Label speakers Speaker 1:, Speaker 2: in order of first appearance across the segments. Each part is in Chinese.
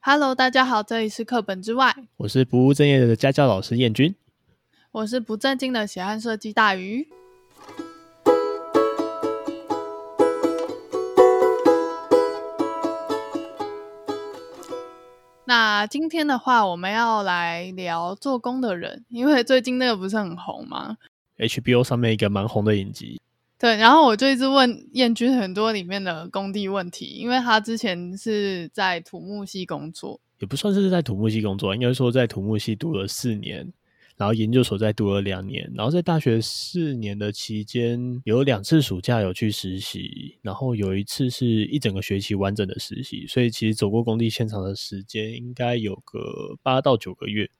Speaker 1: Hello，大家好，这里是课本之外，
Speaker 2: 我是不务正业的家教老师燕君。
Speaker 1: 我是不正经的血汗设计大鱼。那今天的话，我们要来聊做工的人，因为最近那个不是很红吗？
Speaker 2: HBO 上面一个蛮红的影集，
Speaker 1: 对，然后我就一直问燕君很多里面的工地问题，因为他之前是在土木系工作，
Speaker 2: 也不算是在土木系工作，应该说在土木系读了四年，然后研究所再读了两年，然后在大学四年的期间，有两次暑假有去实习，然后有一次是一整个学期完整的实习，所以其实走过工地现场的时间应该有个八到九个月，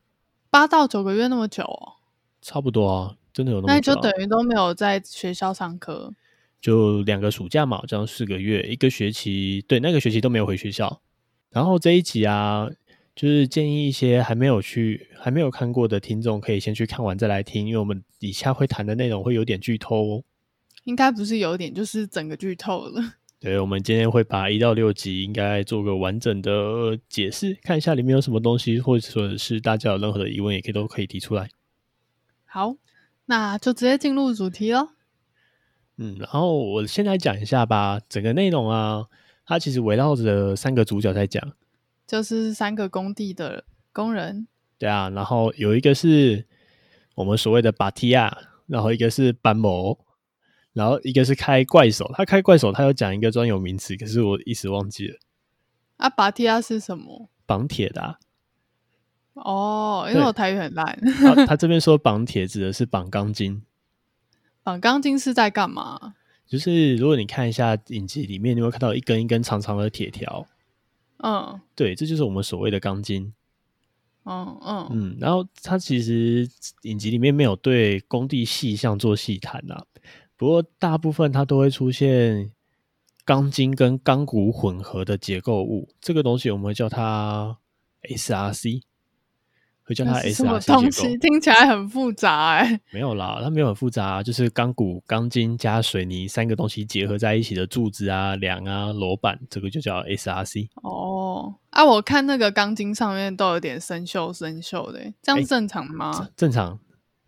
Speaker 1: 八到九个月那么久哦，
Speaker 2: 差不多啊，真的有那
Speaker 1: 那
Speaker 2: 么
Speaker 1: 就
Speaker 2: 久啊、
Speaker 1: 等于都没有在学校上课。
Speaker 2: 就两个暑假嘛，这样四个月，一个学期，对，那个学期都没有回学校。然后这一集啊，就是建议一些还没有去、还没有看过的听众，可以先去看完再来听，因为我们以下会谈的内容会有点剧透哦。
Speaker 1: 应该不是有点，就是整个剧透了。
Speaker 2: 对，我们今天会把一到六集应该做个完整的解释，看一下里面有什么东西，或者是大家有任何的疑问，也可以都可以提出来。
Speaker 1: 好，那就直接进入主题喽。
Speaker 2: 嗯，然后我先来讲一下吧，整个内容啊，它其实围绕着三个主角在讲。
Speaker 1: 就是三个工地的工人，
Speaker 2: 对啊，然后有一个是我们所谓的巴提亚，然后一个是班摩，然后一个是开怪手。他开怪手，他有讲一个专有名词，可是我一时忘记了。
Speaker 1: 啊，拔提亚是什么？
Speaker 2: 绑铁的、啊
Speaker 1: 哦，因为
Speaker 2: 对
Speaker 1: 我台语很烂。
Speaker 2: 他，他这边说绑铁指的是绑钢筋，
Speaker 1: 绑嗯钢筋是在干嘛？
Speaker 2: 就是如果你看一下影集里面，你会看到一根一根长长的铁条，
Speaker 1: 嗯
Speaker 2: 对，这就是我们所谓的钢筋。
Speaker 1: 嗯嗯，
Speaker 2: 嗯，然后他其实影集里面没有对工地细项做细谈啊，不过大部分它都会出现钢筋跟钢骨混合的结构物，这个东西我们会叫它 SRC，会叫它
Speaker 1: 那啊是什么
Speaker 2: SRC
Speaker 1: 东
Speaker 2: 结
Speaker 1: 西？
Speaker 2: 构。
Speaker 1: 听起来很复杂哎、
Speaker 2: 没有啦，它没有很复杂啊、就是钢骨、钢筋加水泥三个东西结合在一起的柱子啊、梁啊、楼板，这个就叫 SRC。
Speaker 1: 哦，啊，我看那个钢筋上面都有点生锈生锈的欸、这样
Speaker 2: 哎
Speaker 1: 正常吗？
Speaker 2: 正常，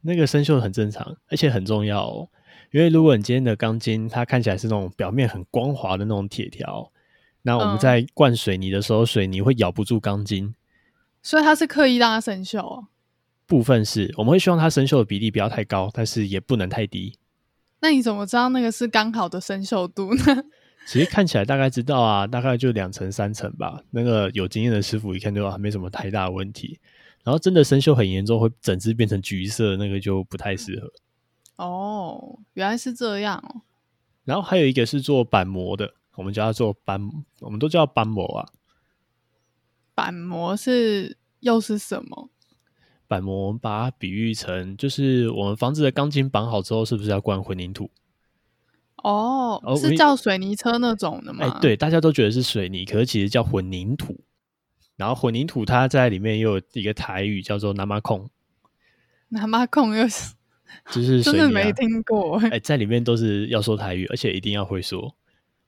Speaker 2: 那个生锈很正常，而且很重要哦。因为如果你今天的钢筋它看起来是那种表面很光滑的那种铁条，那我
Speaker 1: 嗯
Speaker 2: 们在灌水泥的时候，水泥会咬不住钢筋。
Speaker 1: 所以他是刻意让它生锈、哦。
Speaker 2: 部分是我们会希望它生锈的比例不要太高，但是也不能太低。
Speaker 1: 那你怎么知道那个是刚好的生锈度呢？
Speaker 2: 其实看起来大概知道啊，大概就两层三层吧。那个有经验的师傅一看就啊，没什么太大的问题。然后真的生锈很严重，会整只变成橘色，那个就不太适合。
Speaker 1: 哦，原来是这样哦。
Speaker 2: 然后还有一个是做板模的，我们叫它做板，我们都叫板模啊。
Speaker 1: 板模是又是什么？
Speaker 2: 板模我们把它比喻成，就是我们房子的钢筋绑好之后，是不是要灌混凝土？
Speaker 1: 哦，
Speaker 2: 哦
Speaker 1: 是
Speaker 2: 我
Speaker 1: 叫水泥车那种的吗？
Speaker 2: 哎，，对，大家都觉得是水泥，可是其实叫混凝土。然后混凝土它在里面又有一个台语叫做 “nama 控
Speaker 1: 南妈控又是、”，
Speaker 2: 就是水
Speaker 1: 真
Speaker 2: 泥、啊、
Speaker 1: 的没听过欸、
Speaker 2: 哎，在里面都是要说台语，而且一定要会说。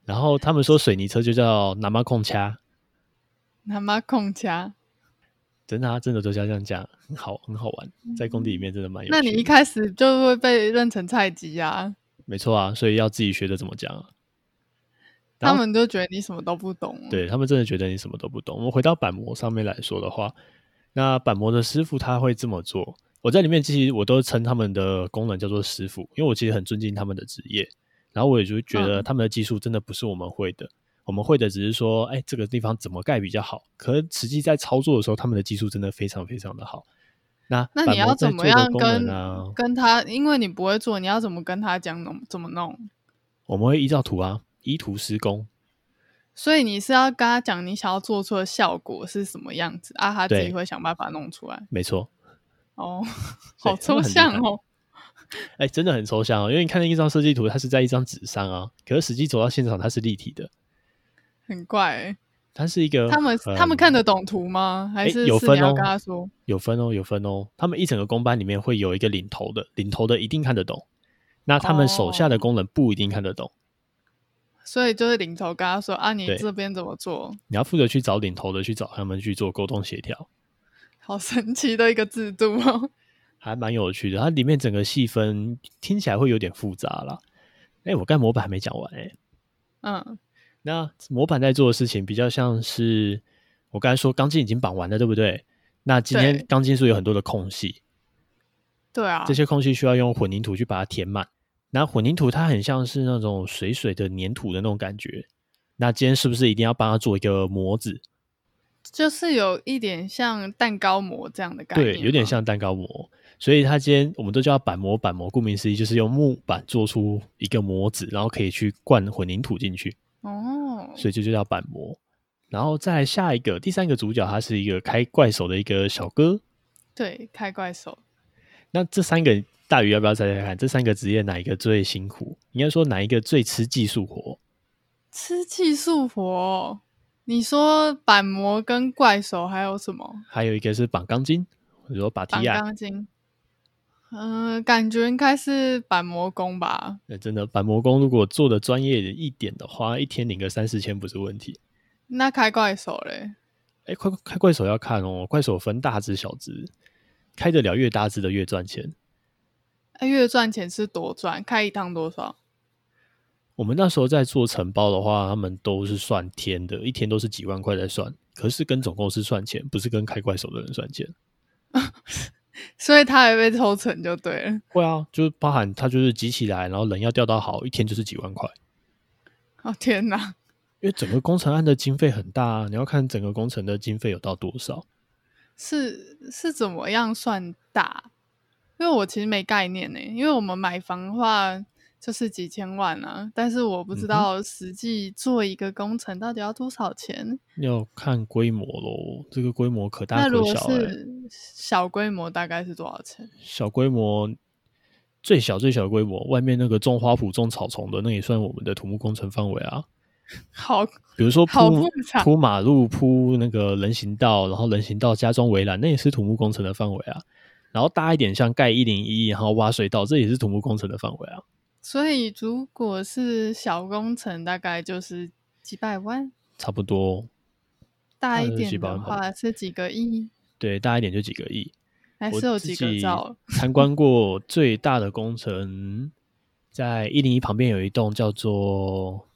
Speaker 2: 然后他们说水泥车就叫 “nama 控掐”，
Speaker 1: 南妈控家。
Speaker 2: 真的、啊，真的都要这样讲，很好，很好玩，在工地里面真的蛮有趣
Speaker 1: 那
Speaker 2: 的。
Speaker 1: 你一开始就会被认成菜鸡啊，
Speaker 2: 没错啊，所以要自己学着怎么讲啊。
Speaker 1: 他
Speaker 2: 然后
Speaker 1: 们就觉得你什么都不懂。，
Speaker 2: 对他们真的觉得你什么都不懂。我们回到板模上面来说的话，那板模的师傅他会这么做。我在里面其实我都称他们的工人叫做师傅，因为我其实很尊敬他们的职业。然后我也就觉
Speaker 1: 嗯
Speaker 2: 得他们的技术真的不是我们会的，我们会的只是说，哎，这个地方怎么盖比较好。可是实际在操作的时候，他们的技术真的非常非常的好。那
Speaker 1: 那
Speaker 2: 板
Speaker 1: 你要
Speaker 2: 模在
Speaker 1: 怎么
Speaker 2: 做的
Speaker 1: 样
Speaker 2: 工人
Speaker 1: 跟、
Speaker 2: 啊？
Speaker 1: 跟他？因为你不会做，你要怎么跟他讲弄怎么弄？
Speaker 2: 我们会依照图啊，依图施工。
Speaker 1: 所以你是要跟他讲你想要做出的效果是什么样子啊？他自己
Speaker 2: 对
Speaker 1: 会想办法弄出来。
Speaker 2: 没错，
Speaker 1: 哦，
Speaker 2: 对
Speaker 1: 好
Speaker 2: 他
Speaker 1: 抽
Speaker 2: 们很厉
Speaker 1: 象
Speaker 2: 害
Speaker 1: 哦。
Speaker 2: 哎、真的很抽象哦，因为你看那一张设计图，它是在一张纸上啊，可是实际走到现场，它是立体的，
Speaker 1: 很怪、欸。
Speaker 2: 它是一个
Speaker 1: 他们他们
Speaker 2: 嗯很
Speaker 1: 看得懂图吗？还
Speaker 2: 哎
Speaker 1: 是
Speaker 2: 有
Speaker 1: 是你
Speaker 2: 分
Speaker 1: 要
Speaker 2: 哦
Speaker 1: 跟他说？
Speaker 2: 有分哦，有分哦。他们一整个工班里面会有一个领头的，领头的一定看得懂，那他们手下的
Speaker 1: 哦
Speaker 2: 工人不一定看得懂，
Speaker 1: 所以就是领头跟他说啊，你
Speaker 2: 对
Speaker 1: 这边怎么做？
Speaker 2: 你要负责去找领头的，去找他们去做沟通协调，
Speaker 1: 好神奇的一个制度哦。
Speaker 2: 还蛮有趣的。它里面整个细分听起来会有点复杂啦。哎、我干模板还没讲完哎、
Speaker 1: 嗯，
Speaker 2: 那模板在做的事情比较像是我刚才说钢筋已经绑完了，对不对？那今
Speaker 1: 对
Speaker 2: 天钢筋是有很多的空隙，
Speaker 1: 对啊
Speaker 2: 这，些空隙需要用混凝土去把它填满。那混凝土它很像是那种水水的粘土的那种感觉。那今天是不是一定要帮它做一个模子？
Speaker 1: 就是有一点像蛋糕模这样的概念，
Speaker 2: 对，有点。像蛋糕模。所以它今天我们都叫它板模，板模顾名思义就是用木板做出一个模子，然后可以去灌混凝土进去。
Speaker 1: 哦，
Speaker 2: 所以这就叫板模。然后再来下一个，第三个主角他是一个开怪手的一个小哥。
Speaker 1: 对，开怪手，
Speaker 2: 那这三个大鱼要不要猜猜看？这三个职业哪一个最辛苦？应该说哪一个最吃技术活？
Speaker 1: 吃技术活哦。你说板模跟怪手还有什么？
Speaker 2: 还有一个是绑钢筋，或者说把
Speaker 1: 绑
Speaker 2: 提亚。
Speaker 1: 钢筋。嗯、感觉应该是板模工吧。
Speaker 2: 那真的板模工如果做的专业一点的话，一天领个三四千不是问题。
Speaker 1: 那开怪手嘞？
Speaker 2: 哎，快开怪手要看哦，怪手分大只小只，开得了越大只的越赚钱。
Speaker 1: 哎，越赚钱是多赚，开一趟多少？
Speaker 2: 我们那时候在做承包的话，他们都是算天的，一天都是几万块在算，可是跟总公司算钱，不是跟开怪手的人算钱。
Speaker 1: 所以他也被抽成就对了。
Speaker 2: 会啊，就是包含他就是集起来，然后人要调到好，一天就是几万块，
Speaker 1: 哦天哪！
Speaker 2: 因为整个工程案的经费很大、啊，你要看整个工程的经费有到多少。
Speaker 1: 是是怎么样算大？因为我其实没概念呢、因为我们买房的话就是几千万啊，但是我不
Speaker 2: 嗯
Speaker 1: 知
Speaker 2: 哼
Speaker 1: 道实际做一个工程到底要多少钱。
Speaker 2: 要看规模喽，这个规模可大
Speaker 1: 那如
Speaker 2: 可
Speaker 1: 果
Speaker 2: 小、欸。
Speaker 1: 是小规模，大概是多少钱？
Speaker 2: 小规模，最小最小的规模，外面那个种花圃、种草丛的，那也算我们的土木工程范围啊。
Speaker 1: 好，
Speaker 2: 比如说
Speaker 1: 好
Speaker 2: 铺
Speaker 1: 复杂
Speaker 2: 铺马路、铺那个人行道，然后人行道加装围栏，那也是土木工程的范围啊。然后大一点，像盖一零一，然后挖隧道，这也是土木工程的范围啊。
Speaker 1: 所以如果是小工程，大概就是几百万，
Speaker 2: 差不多，
Speaker 1: 大
Speaker 2: 大概
Speaker 1: 一
Speaker 2: 是呃几
Speaker 1: 点
Speaker 2: 百
Speaker 1: 的
Speaker 2: 万吧
Speaker 1: 话是几个亿，
Speaker 2: 对，大一点就几个亿。
Speaker 1: 还
Speaker 2: 我
Speaker 1: 是有
Speaker 2: 自
Speaker 1: 几
Speaker 2: 己
Speaker 1: 个兆？
Speaker 2: 参观过最大的工程，在一零一旁边有一栋叫做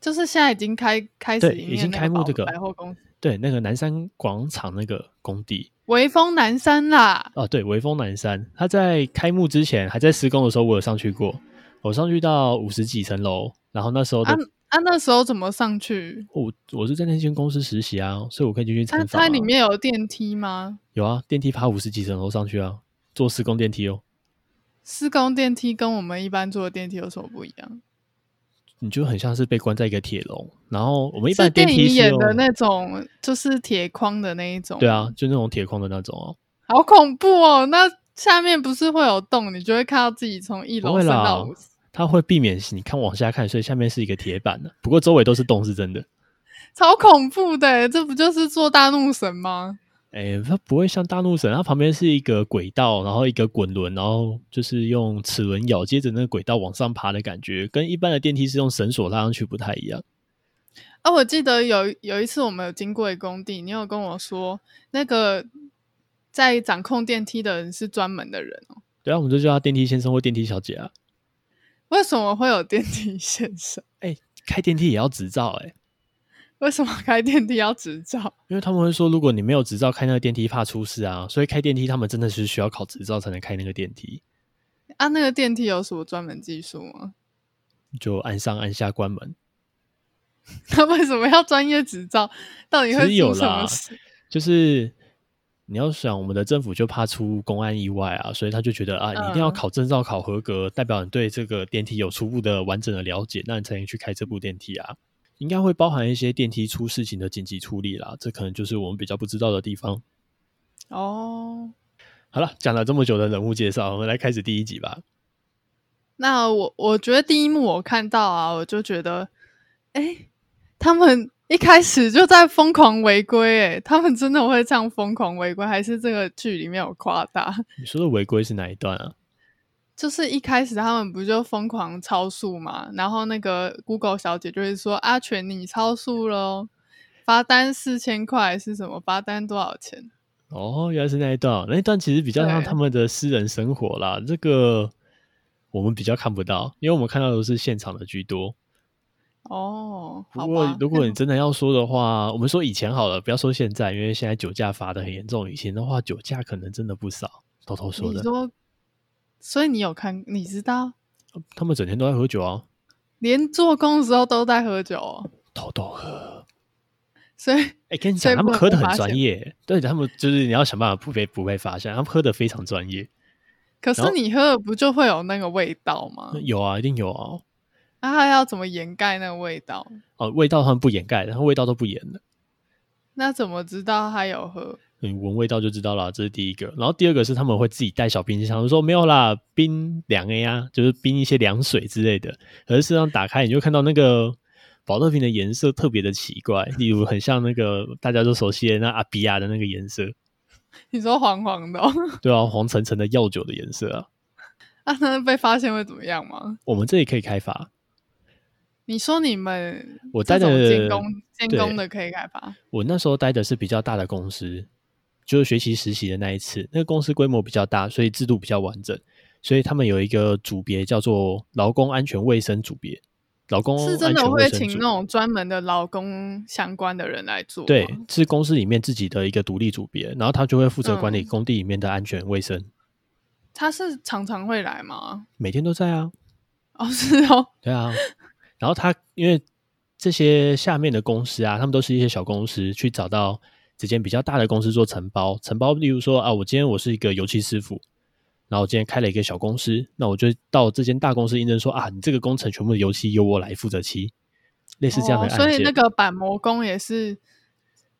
Speaker 1: 就是现在已经开开始
Speaker 2: 对，
Speaker 1: 营
Speaker 2: 已
Speaker 1: 业
Speaker 2: 经
Speaker 1: 那
Speaker 2: 开幕
Speaker 1: 宝
Speaker 2: 这个
Speaker 1: 百货公司，
Speaker 2: 对那个南山广场那个工地
Speaker 1: 微风南山啦，
Speaker 2: 哦，对，微风南山，它在开幕之前还在施工的时候，我有上去过，我上去到五十几层楼，然后那时候的、
Speaker 1: 啊啊，那时候怎么上去？
Speaker 2: 我哦我是在那间公司实习啊，所以我可以进去
Speaker 1: 它
Speaker 2: 参访、啊。
Speaker 1: 它里面有电梯吗？
Speaker 2: 有啊，电梯爬五十几层楼上去啊，坐施工电梯哦，
Speaker 1: 施工电梯跟我们一般坐的电梯有什么不一样？
Speaker 2: 你就很像是被关在一个铁笼，然后我们一般
Speaker 1: 是
Speaker 2: 的电
Speaker 1: 电
Speaker 2: 梯
Speaker 1: 影
Speaker 2: 是
Speaker 1: 演
Speaker 2: 用
Speaker 1: 的那种，就是铁框的那一种。
Speaker 2: 对，啊，就那种铁框的那种哦。
Speaker 1: 好恐怖哦！那下面不是会有洞，你就会看到自己从一
Speaker 2: 不
Speaker 1: 楼
Speaker 2: 会
Speaker 1: 升
Speaker 2: 啦
Speaker 1: 到五十，
Speaker 2: 它会避免你看往下看，所以下面是一个铁板的、不过周围都是洞，是真的。
Speaker 1: 超恐怖的耶！这不就是做大怒神吗？
Speaker 2: 哎、它不会像大怒神，它旁边是一个轨道，然后一个滚轮，然后就是用齿轮咬，接着那个轨道往上爬的感觉，跟一般的电梯是用绳索拉上去不太一样。
Speaker 1: 啊，我记得有有一次我们有经过一个工地，你有跟我说那个在掌控电梯的人是专门的人哦。
Speaker 2: 对啊，我们就叫它电梯先生或电梯小姐啊。
Speaker 1: 为什么会有电梯先生？
Speaker 2: 开电梯也要执照哎、
Speaker 1: 为什么开电梯要执照？
Speaker 2: 因为他们会说，如果你没有执照开那个电梯，怕出事啊，所以开电梯他们真的是需要考执照才能开那个电梯，
Speaker 1: 啊，那个电梯有什么专门技术吗？
Speaker 2: 就按上按下关门。
Speaker 1: 他为什么要专业执照？到底
Speaker 2: 其实
Speaker 1: 会
Speaker 2: 有
Speaker 1: 出什么
Speaker 2: 啦
Speaker 1: 事？，
Speaker 2: 就是你要想，我们的政府就怕出公安意外啊，所以他就觉得啊，你一定要
Speaker 1: 嗯
Speaker 2: 考证照考合格，代表你对这个电梯有初步的完整的了解，那你才能去开这部电梯啊。应该会包含一些电梯出事情的紧急处理啦，这可能就是我们比较不知道的地方。
Speaker 1: 哦，
Speaker 2: 好了，讲了这么久的人物介绍，我们来开始第一集吧。
Speaker 1: 那我我觉得第一幕我看到啊，我就觉得，哎、他们一开始就在疯狂违规，哎，他们真的会这样疯狂违规，还是这个剧里面有夸大？
Speaker 2: 你说的违规是哪一段啊？
Speaker 1: 就是一开始他们不就疯狂超速嘛，然后那个 Google 小姐就是说：“阿全，你超速喽，罚单四千块是什么？罚单多少钱？”
Speaker 2: 哦，原来是那一段，那一段其实比较像
Speaker 1: 对
Speaker 2: 他们的私人生活啦。这个我们比较看不到，因为我们看到的都是现场的居多。
Speaker 1: 哦，
Speaker 2: 不
Speaker 1: 好
Speaker 2: 过
Speaker 1: 吧，，
Speaker 2: 如果你真的要说的话，我们说以前好了，不要说现在，因为现在酒驾罚的很严重。以前的话，酒驾可能真的不少。偷偷说
Speaker 1: 你
Speaker 2: 的，
Speaker 1: 说，所以你有看，你知道，
Speaker 2: 他们整天都在喝酒啊，
Speaker 1: 连做工的时候都在喝酒、哦，
Speaker 2: 偷偷喝。
Speaker 1: 所以
Speaker 2: 哎、跟你
Speaker 1: 所
Speaker 2: 讲，
Speaker 1: 以
Speaker 2: 他
Speaker 1: 不
Speaker 2: 们
Speaker 1: 能
Speaker 2: 喝的
Speaker 1: 被发
Speaker 2: 很
Speaker 1: 现
Speaker 2: 专业，对他们就是你要想办法不被不被发现，他们喝的非常专业。
Speaker 1: 可
Speaker 2: 然
Speaker 1: 是
Speaker 2: 后
Speaker 1: 你喝了不就会有那个味道吗？
Speaker 2: 有啊，一定有啊。
Speaker 1: 那它要怎么掩盖那个味道？
Speaker 2: 哦，味道他们不掩盖，然后味道都不掩的。
Speaker 1: 那怎么知道他有喝？
Speaker 2: 你嗯闻味道就知道啦，这是第一个。然后第二个是他们会自己带小冰箱，说没有啦，冰凉的呀，就是冰一些凉水之类的。可是事实上打开你就看到那个保乐瓶的颜色特别的奇怪，例如很像那个大家都熟悉的那阿比亚的那个颜色，
Speaker 1: 你说黄黄的、哦，
Speaker 2: 对啊，黄橙橙的药酒的颜色啊。
Speaker 1: 啊，那被发现会怎么样吗？
Speaker 2: 我们这里可以开发，
Speaker 1: 你说你们
Speaker 2: 我
Speaker 1: 这
Speaker 2: 待
Speaker 1: 种
Speaker 2: 的
Speaker 1: 监工监
Speaker 2: 对
Speaker 1: 工的可以开发，
Speaker 2: 我那时候待的是比较大的公司，就是学习实习的那一次，那个公司规模比较大，所以制度比较完整，所以他们有一个组别叫做劳工安全卫生组别，劳工
Speaker 1: 是真
Speaker 2: 哦安
Speaker 1: 的
Speaker 2: 全
Speaker 1: 会
Speaker 2: 卫生
Speaker 1: 请
Speaker 2: 组
Speaker 1: 那种哦专门的劳工相关的人来做吗。
Speaker 2: 对，是公司里面自己的一个独立组别，然后他就会负责管理
Speaker 1: 嗯
Speaker 2: 工地里面的安全卫生，
Speaker 1: 他是常常会来吗？
Speaker 2: 每天都在啊，
Speaker 1: 哦，是 哦，
Speaker 2: 对啊，然后他因为这些下面的公司啊，他们都是一些小公司，去找到这间比较大的公司做承包。承包，例如说啊，我今天我是一个油漆师傅，然后我今天开了一个小公司，那我就到这间大公司应征说啊，你这个工程全部的油漆由我来负责漆，类似这样的
Speaker 1: 哦
Speaker 2: 案件。
Speaker 1: 所以那个板模工也是，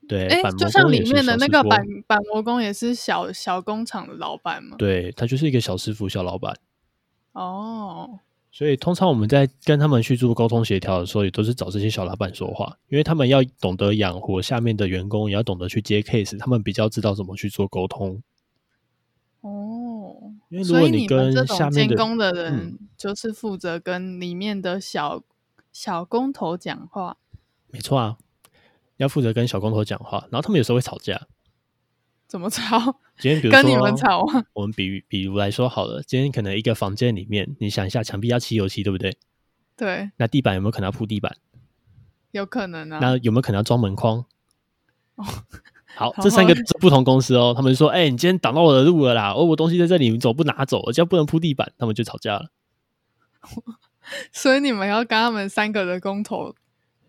Speaker 2: 对，
Speaker 1: 哎、
Speaker 2: 板模
Speaker 1: 就像
Speaker 2: 工也
Speaker 1: 里
Speaker 2: 是
Speaker 1: 面的
Speaker 2: 小
Speaker 1: 那
Speaker 2: 师
Speaker 1: 个
Speaker 2: 傅
Speaker 1: 板板模工也是小小工厂的老板嘛。
Speaker 2: 对他就是一个小师傅、小老板。
Speaker 1: 哦，
Speaker 2: 所以通常我们在跟他们去做沟通协调的时候，也都是找这些小老板说话，因为他们要懂得养活下面的员工，也要懂得去接 case，他们比较知道怎么去做沟通。
Speaker 1: 哦，
Speaker 2: 因为如
Speaker 1: 所
Speaker 2: 果
Speaker 1: 以们
Speaker 2: 跟
Speaker 1: 这
Speaker 2: 下
Speaker 1: 种监
Speaker 2: 面的
Speaker 1: 工的人
Speaker 2: 嗯，
Speaker 1: 就是负责跟里面的小小工头讲话。
Speaker 2: 没错啊，要负责跟小工头讲话，然后他们有时候会吵架。
Speaker 1: 怎么吵？
Speaker 2: 今天比如说
Speaker 1: 跟你们吵吗？
Speaker 2: 我们比喻比如来说好了，今天可能一个房间里面，你想一下，墙壁要漆油漆，对不对？
Speaker 1: 对，
Speaker 2: 那地板有没有可能要铺地板？
Speaker 1: 有可能啊。哦
Speaker 2: 那有没有可能要装门框？ 好，
Speaker 1: 好
Speaker 2: 这三个是不同公司哦。他们说：“哎、你今天挡到我的路了啦！哦，我东西在这里，你怎么不拿走？我这样不能铺地板。”他们就吵架了。
Speaker 1: 所以你们要跟他们三个的工头，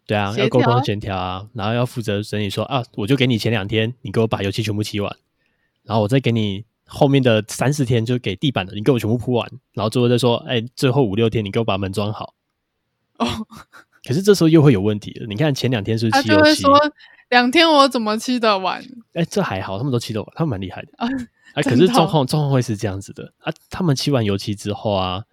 Speaker 2: 对啊，
Speaker 1: 协
Speaker 2: 要沟
Speaker 1: 调
Speaker 2: 通协调啊，然后要负责整理说啊，我就给你前两天，你给我把油漆全部漆完，然后我再给你后面的三四天就给地板的，你给我全部铺完，然后最后再说，哎、最后五六天你给我把门装好。
Speaker 1: 哦，
Speaker 2: 可是这时候又会有问题了。你看前两天是不
Speaker 1: 他
Speaker 2: 是漆
Speaker 1: 就
Speaker 2: 油
Speaker 1: 会
Speaker 2: 漆，
Speaker 1: 说两天我怎么漆得完？
Speaker 2: 哎、这还好，他们都漆得完，他们蛮厉害的。
Speaker 1: 啊
Speaker 2: 啊，可
Speaker 1: 真
Speaker 2: 是
Speaker 1: 的
Speaker 2: 状
Speaker 1: 哦
Speaker 2: 况状况会是这样子的啊，他们漆完油漆之后啊，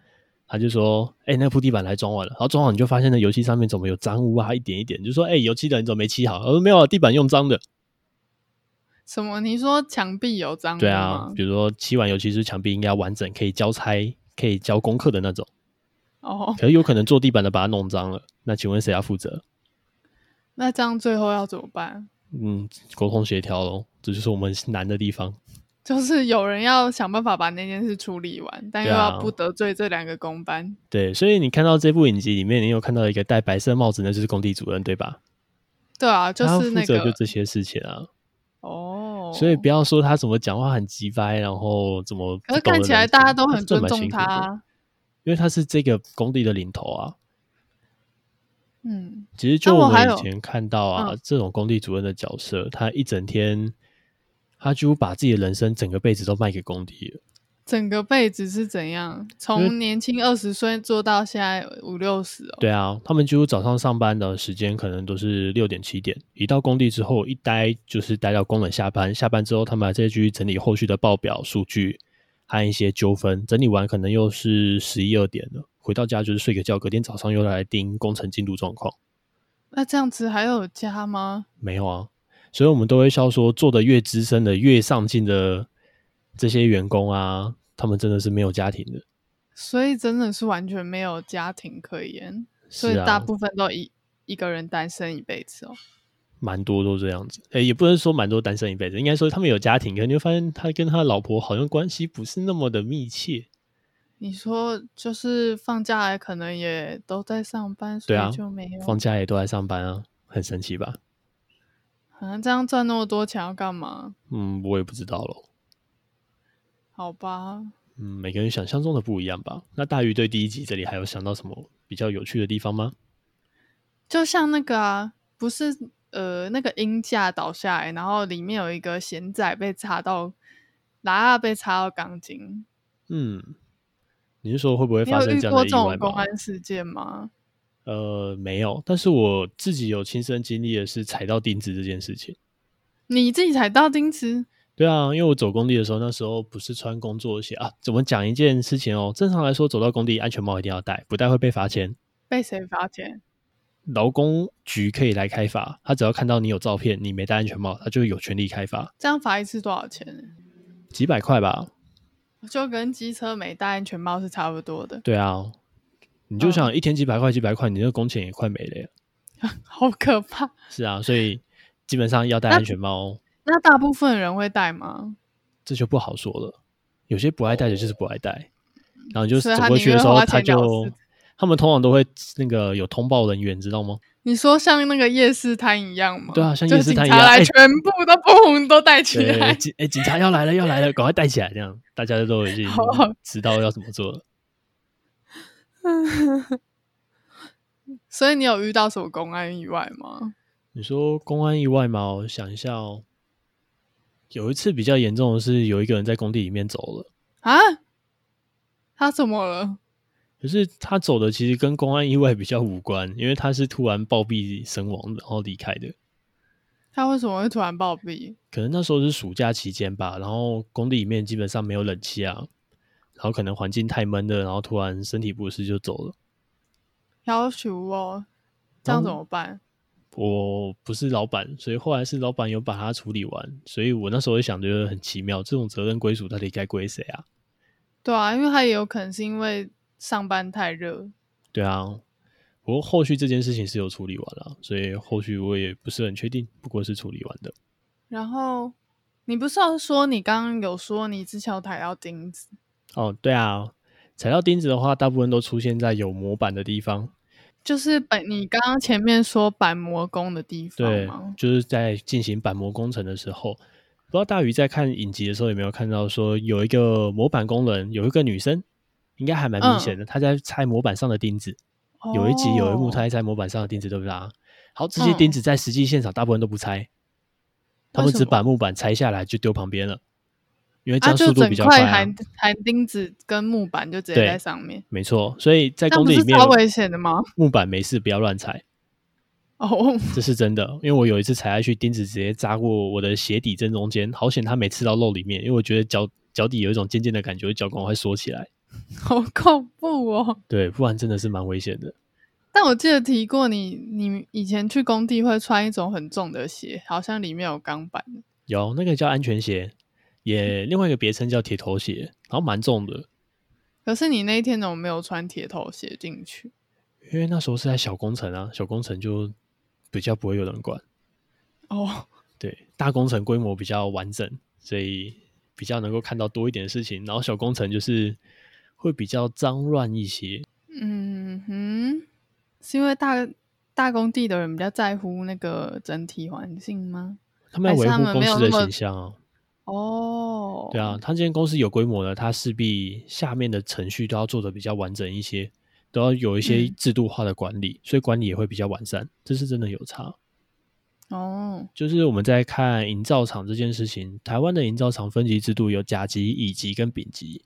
Speaker 2: 他就说，哎、那铺地板来装完了，然后装好你就发现那油漆上面怎么有脏污啊，一点一点，就说，哎、油漆的你怎么没漆好？我说没有啊，地板用脏的。
Speaker 1: 什么？你说墙壁有脏污
Speaker 2: 对啊
Speaker 1: 吗，
Speaker 2: 比如说漆完油漆是墙壁应该要完整，可以交差，可以交功课的那种，
Speaker 1: 哦，
Speaker 2: 可是有可能做地板的把它弄脏了，那请问谁要负责？
Speaker 1: 那这样最后要怎么办？
Speaker 2: 嗯，沟通协调咯，这就是我们难的地方。
Speaker 1: 就是有人要想办法把那件事处理完，但又
Speaker 2: 对啊
Speaker 1: 要不得罪这两个工班。
Speaker 2: 对，所以你看到这部影集里面，你有看到一个戴白色帽子，那就是工地主任，对吧？
Speaker 1: 对啊，就
Speaker 2: 他要
Speaker 1: 是那
Speaker 2: 负责
Speaker 1: 个
Speaker 2: 就这些事情啊。
Speaker 1: 哦，
Speaker 2: 所以不要说他怎么讲话很急掰，然后怎么不
Speaker 1: 可是
Speaker 2: 懂
Speaker 1: 看
Speaker 2: 得
Speaker 1: 起来
Speaker 2: 人
Speaker 1: 大家
Speaker 2: 情
Speaker 1: 都
Speaker 2: 他
Speaker 1: 很
Speaker 2: 是真
Speaker 1: 尊
Speaker 2: 的蛮
Speaker 1: 重
Speaker 2: 辛苦
Speaker 1: 他
Speaker 2: 的
Speaker 1: 啊，
Speaker 2: 因为他是这个工地的领头啊。
Speaker 1: 嗯，
Speaker 2: 其实就
Speaker 1: 啊我
Speaker 2: 我
Speaker 1: 还
Speaker 2: 们
Speaker 1: 有
Speaker 2: 以前看到啊，
Speaker 1: 嗯
Speaker 2: 这种工地主任的角色，他一整天，他几乎把自己的人生整个辈子都卖给工地了。
Speaker 1: 整个辈子是怎样？
Speaker 2: 为
Speaker 1: 从年轻二十岁做到现在五六十哦，
Speaker 2: 对啊，他们几乎早上上班的时间可能都是六点七点，一到工地之后一待就是待到工人下班，下班之后他们还在继续整理后续的报表数据和一些纠纷，整理完可能又是十一二点了，回到家就是睡个觉，隔天早上又来盯工程进度状况。
Speaker 1: 那这样子还有加吗？
Speaker 2: 没有啊，所以我们都会笑说，做的越资深的、越上进的这些员工啊，他们真的是没有家庭的。
Speaker 1: 所以真的是完全没有家庭可言，所以
Speaker 2: 是啊
Speaker 1: 大部分都一一个人单身一辈子哦。
Speaker 2: 蛮多都这样子，诶、也不能说蛮多单身一辈子，应该说他们有家庭，可能就发现他跟他老婆好像关系不是那么的密切。
Speaker 1: 你说就是放假来可能也都在上班，所
Speaker 2: 对啊
Speaker 1: 以就没有。
Speaker 2: 放假也都在上班啊，很神奇吧？
Speaker 1: 啊，这样赚那么多钱要干嘛？
Speaker 2: 嗯，我也不知道咯。
Speaker 1: 好吧，
Speaker 2: 嗯，每个人想象中的不一样吧。那大鱼对第一集这里还有想到什么比较有趣的地方吗？
Speaker 1: 就像那个啊，不是呃那个鹰架倒下来，然后里面有一个弦仔被插到，拉拉被插到钢筋。
Speaker 2: 嗯，你是说会不会
Speaker 1: 你
Speaker 2: 发
Speaker 1: 有
Speaker 2: 生
Speaker 1: 遇
Speaker 2: 这样
Speaker 1: 过这
Speaker 2: 的意
Speaker 1: 种
Speaker 2: 外
Speaker 1: 公
Speaker 2: 吗？
Speaker 1: 安事件吗？
Speaker 2: 呃，没有，但是我自己有亲身经历的是踩到钉子这件事情。
Speaker 1: 你自己踩到钉子，
Speaker 2: 对啊，因为我走工地的时候，那时候不是穿工作鞋啊。怎么讲一件事情哦？正常来说，走到工地，安全帽一定要戴，不戴会被罚钱。
Speaker 1: 被谁发现？
Speaker 2: 劳工局可以来开罚，他只要看到你有照片，你没戴安全帽，他就有权利开罚，
Speaker 1: 这样罚一次多少钱？
Speaker 2: 几百块吧。
Speaker 1: 就跟机车没戴安全帽是差不多的，
Speaker 2: 对啊，你就
Speaker 1: 嗯
Speaker 2: 想一天几百块，几百块，你那工钱也快没了耶。
Speaker 1: 好可怕。
Speaker 2: 是啊，所以基本上要戴
Speaker 1: 那
Speaker 2: 安全帽，
Speaker 1: 那大部分人会戴吗？
Speaker 2: 这就不好说了。有些不爱戴的就是不爱戴，然后你就
Speaker 1: 所以
Speaker 2: 走
Speaker 1: 他
Speaker 2: 过
Speaker 1: 宁
Speaker 2: 去的
Speaker 1: 愿
Speaker 2: 时候，
Speaker 1: 花
Speaker 2: 他
Speaker 1: 钱了
Speaker 2: 就
Speaker 1: 事
Speaker 2: 他们通常都会那个有通报人员，知道吗？
Speaker 1: 你说像那个夜市摊一样吗？
Speaker 2: 对啊像
Speaker 1: 就
Speaker 2: 夜市
Speaker 1: 警
Speaker 2: 摊一
Speaker 1: 察
Speaker 2: 样
Speaker 1: 来
Speaker 2: 哎
Speaker 1: 全部都不红都戴起
Speaker 2: 对，
Speaker 1: 来，
Speaker 2: 警哎、警察要来了，要来了，赶快带起来，这样大家都已经
Speaker 1: 好
Speaker 2: 知道要怎么做了。
Speaker 1: 所以你有遇到什么公安意外吗？
Speaker 2: 你说公安意外吗？我想一下哦，有一次比较严重的是，有一个人在工地里面走了，
Speaker 1: 啊？他怎么了？
Speaker 2: 可是他走的其实跟公安意外比较无关，因为他是突然暴毙身亡，然后离开的。
Speaker 1: 他为什么会突然暴毙？
Speaker 2: 可能那时候是暑假期间吧，然后工地里面基本上没有冷气啊，然后可能环境太闷了，然后突然身体不适就走了。
Speaker 1: 要求哦，这样怎么办？
Speaker 2: 我不是老板，所以后来是老板有把它处理完，所以我那时候也想觉得很奇妙，这种责任归属到底该归谁啊？
Speaker 1: 对啊，因为他也有可能是因为上班太热，
Speaker 2: 对啊，不过后续这件事情是有处理完了，所以后续我也不是很确定，不过是处理完的。
Speaker 1: 然后你不是要说你刚刚有说你之前有踩到钉子，
Speaker 2: 哦，对啊，踩到钉子的话，大部分都出现在有模板的地方，
Speaker 1: 就是本你刚刚前面说板模工的地方
Speaker 2: 对
Speaker 1: 吗，？
Speaker 2: 就是在进行板模工程的时候，不知道大鱼在看影集的时候有没有看到说有一个模板工人，有一个女生，应该还蛮明显的，她在拆模板上的钉子。有一集有一幕
Speaker 1: 哦
Speaker 2: 他在拆模板上的钉子，对不对啊？好，这些
Speaker 1: 嗯
Speaker 2: 钉子在实际现场大部分都不拆，他们
Speaker 1: 为什
Speaker 2: 只
Speaker 1: 么
Speaker 2: 把木板拆下来就丢旁边了，因为这
Speaker 1: 啊，
Speaker 2: 样速
Speaker 1: 就
Speaker 2: 度
Speaker 1: 整
Speaker 2: 比较快
Speaker 1: 块
Speaker 2: 啊、
Speaker 1: 含含钉子跟木板就直接
Speaker 2: 对
Speaker 1: 在上面，
Speaker 2: 没错，所以在
Speaker 1: 这样
Speaker 2: 工
Speaker 1: 不
Speaker 2: 地
Speaker 1: 是
Speaker 2: 里面
Speaker 1: 超危险的吗？
Speaker 2: 木板没事不要乱踩，
Speaker 1: 哦，
Speaker 2: 这是真的。因为我有一次踩下去，钉子直接扎过我的鞋底正中间，好险它没刺到肉里面，因为我觉得脚脚底有一种尖尖的感觉，脚赶快缩起来。
Speaker 1: 好恐怖哦！
Speaker 2: 对，不然真的是蛮危险的。
Speaker 1: 但我记得提过你，你以前去工地会穿一种很重的鞋，好像里面有钢板的。
Speaker 2: 有那个叫安全鞋，也另外一个别称叫铁头鞋，然后蛮重的。
Speaker 1: 可是你那一天怎么没有穿铁头鞋进去？
Speaker 2: 因为那时候是在小工程啊，小工程就比较不会有人管，
Speaker 1: 哦，
Speaker 2: 对，大工程规模比较完整，所以比较能够看到多一点的事情。然后小工程就是会比较脏乱一些，
Speaker 1: 嗯哼，是因为大大工地的人比较在乎那个整体环境吗？
Speaker 2: 他们要
Speaker 1: 还
Speaker 2: 维
Speaker 1: 是他
Speaker 2: 护
Speaker 1: 们
Speaker 2: 公
Speaker 1: 没有
Speaker 2: 司的
Speaker 1: 那么
Speaker 2: 形象啊。
Speaker 1: 哦，
Speaker 2: 对啊，，他这间公司有规模的，他势必下面的程序都要做的比较完整一些，都要有一些
Speaker 1: 嗯
Speaker 2: 制度化的管理，所以管理也会比较完善，这是真的有差。
Speaker 1: 哦，
Speaker 2: 就是我们在看营造厂这件事情，台湾的营造厂分级制度有甲级、乙级跟丙级。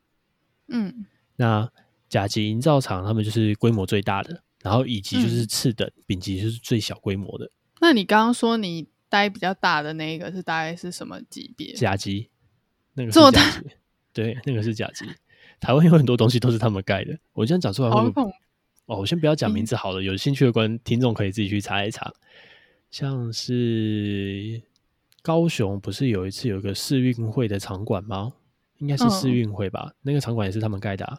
Speaker 1: 嗯，
Speaker 2: 那甲级营造厂他们就是规模最大的，然后乙级就是
Speaker 1: 嗯
Speaker 2: 次等，丙级就是最小规模的。
Speaker 1: 那你刚刚说你待比较大的那一个是大概是什么级别？
Speaker 2: 甲级那个是
Speaker 1: 这么
Speaker 2: 甲级，对，那个是甲级。台湾有很多东西都是他们盖的，我这样讲出来
Speaker 1: 好
Speaker 2: 会
Speaker 1: 恐怖
Speaker 2: 哦，我先不要讲
Speaker 1: 嗯
Speaker 2: 名字好了，有兴趣的观听众可以自己去查一查。像是高雄不是有一次有一个世运会的场馆吗？应该是世
Speaker 1: 嗯
Speaker 2: 运会吧，那个场馆也是他们盖的、啊。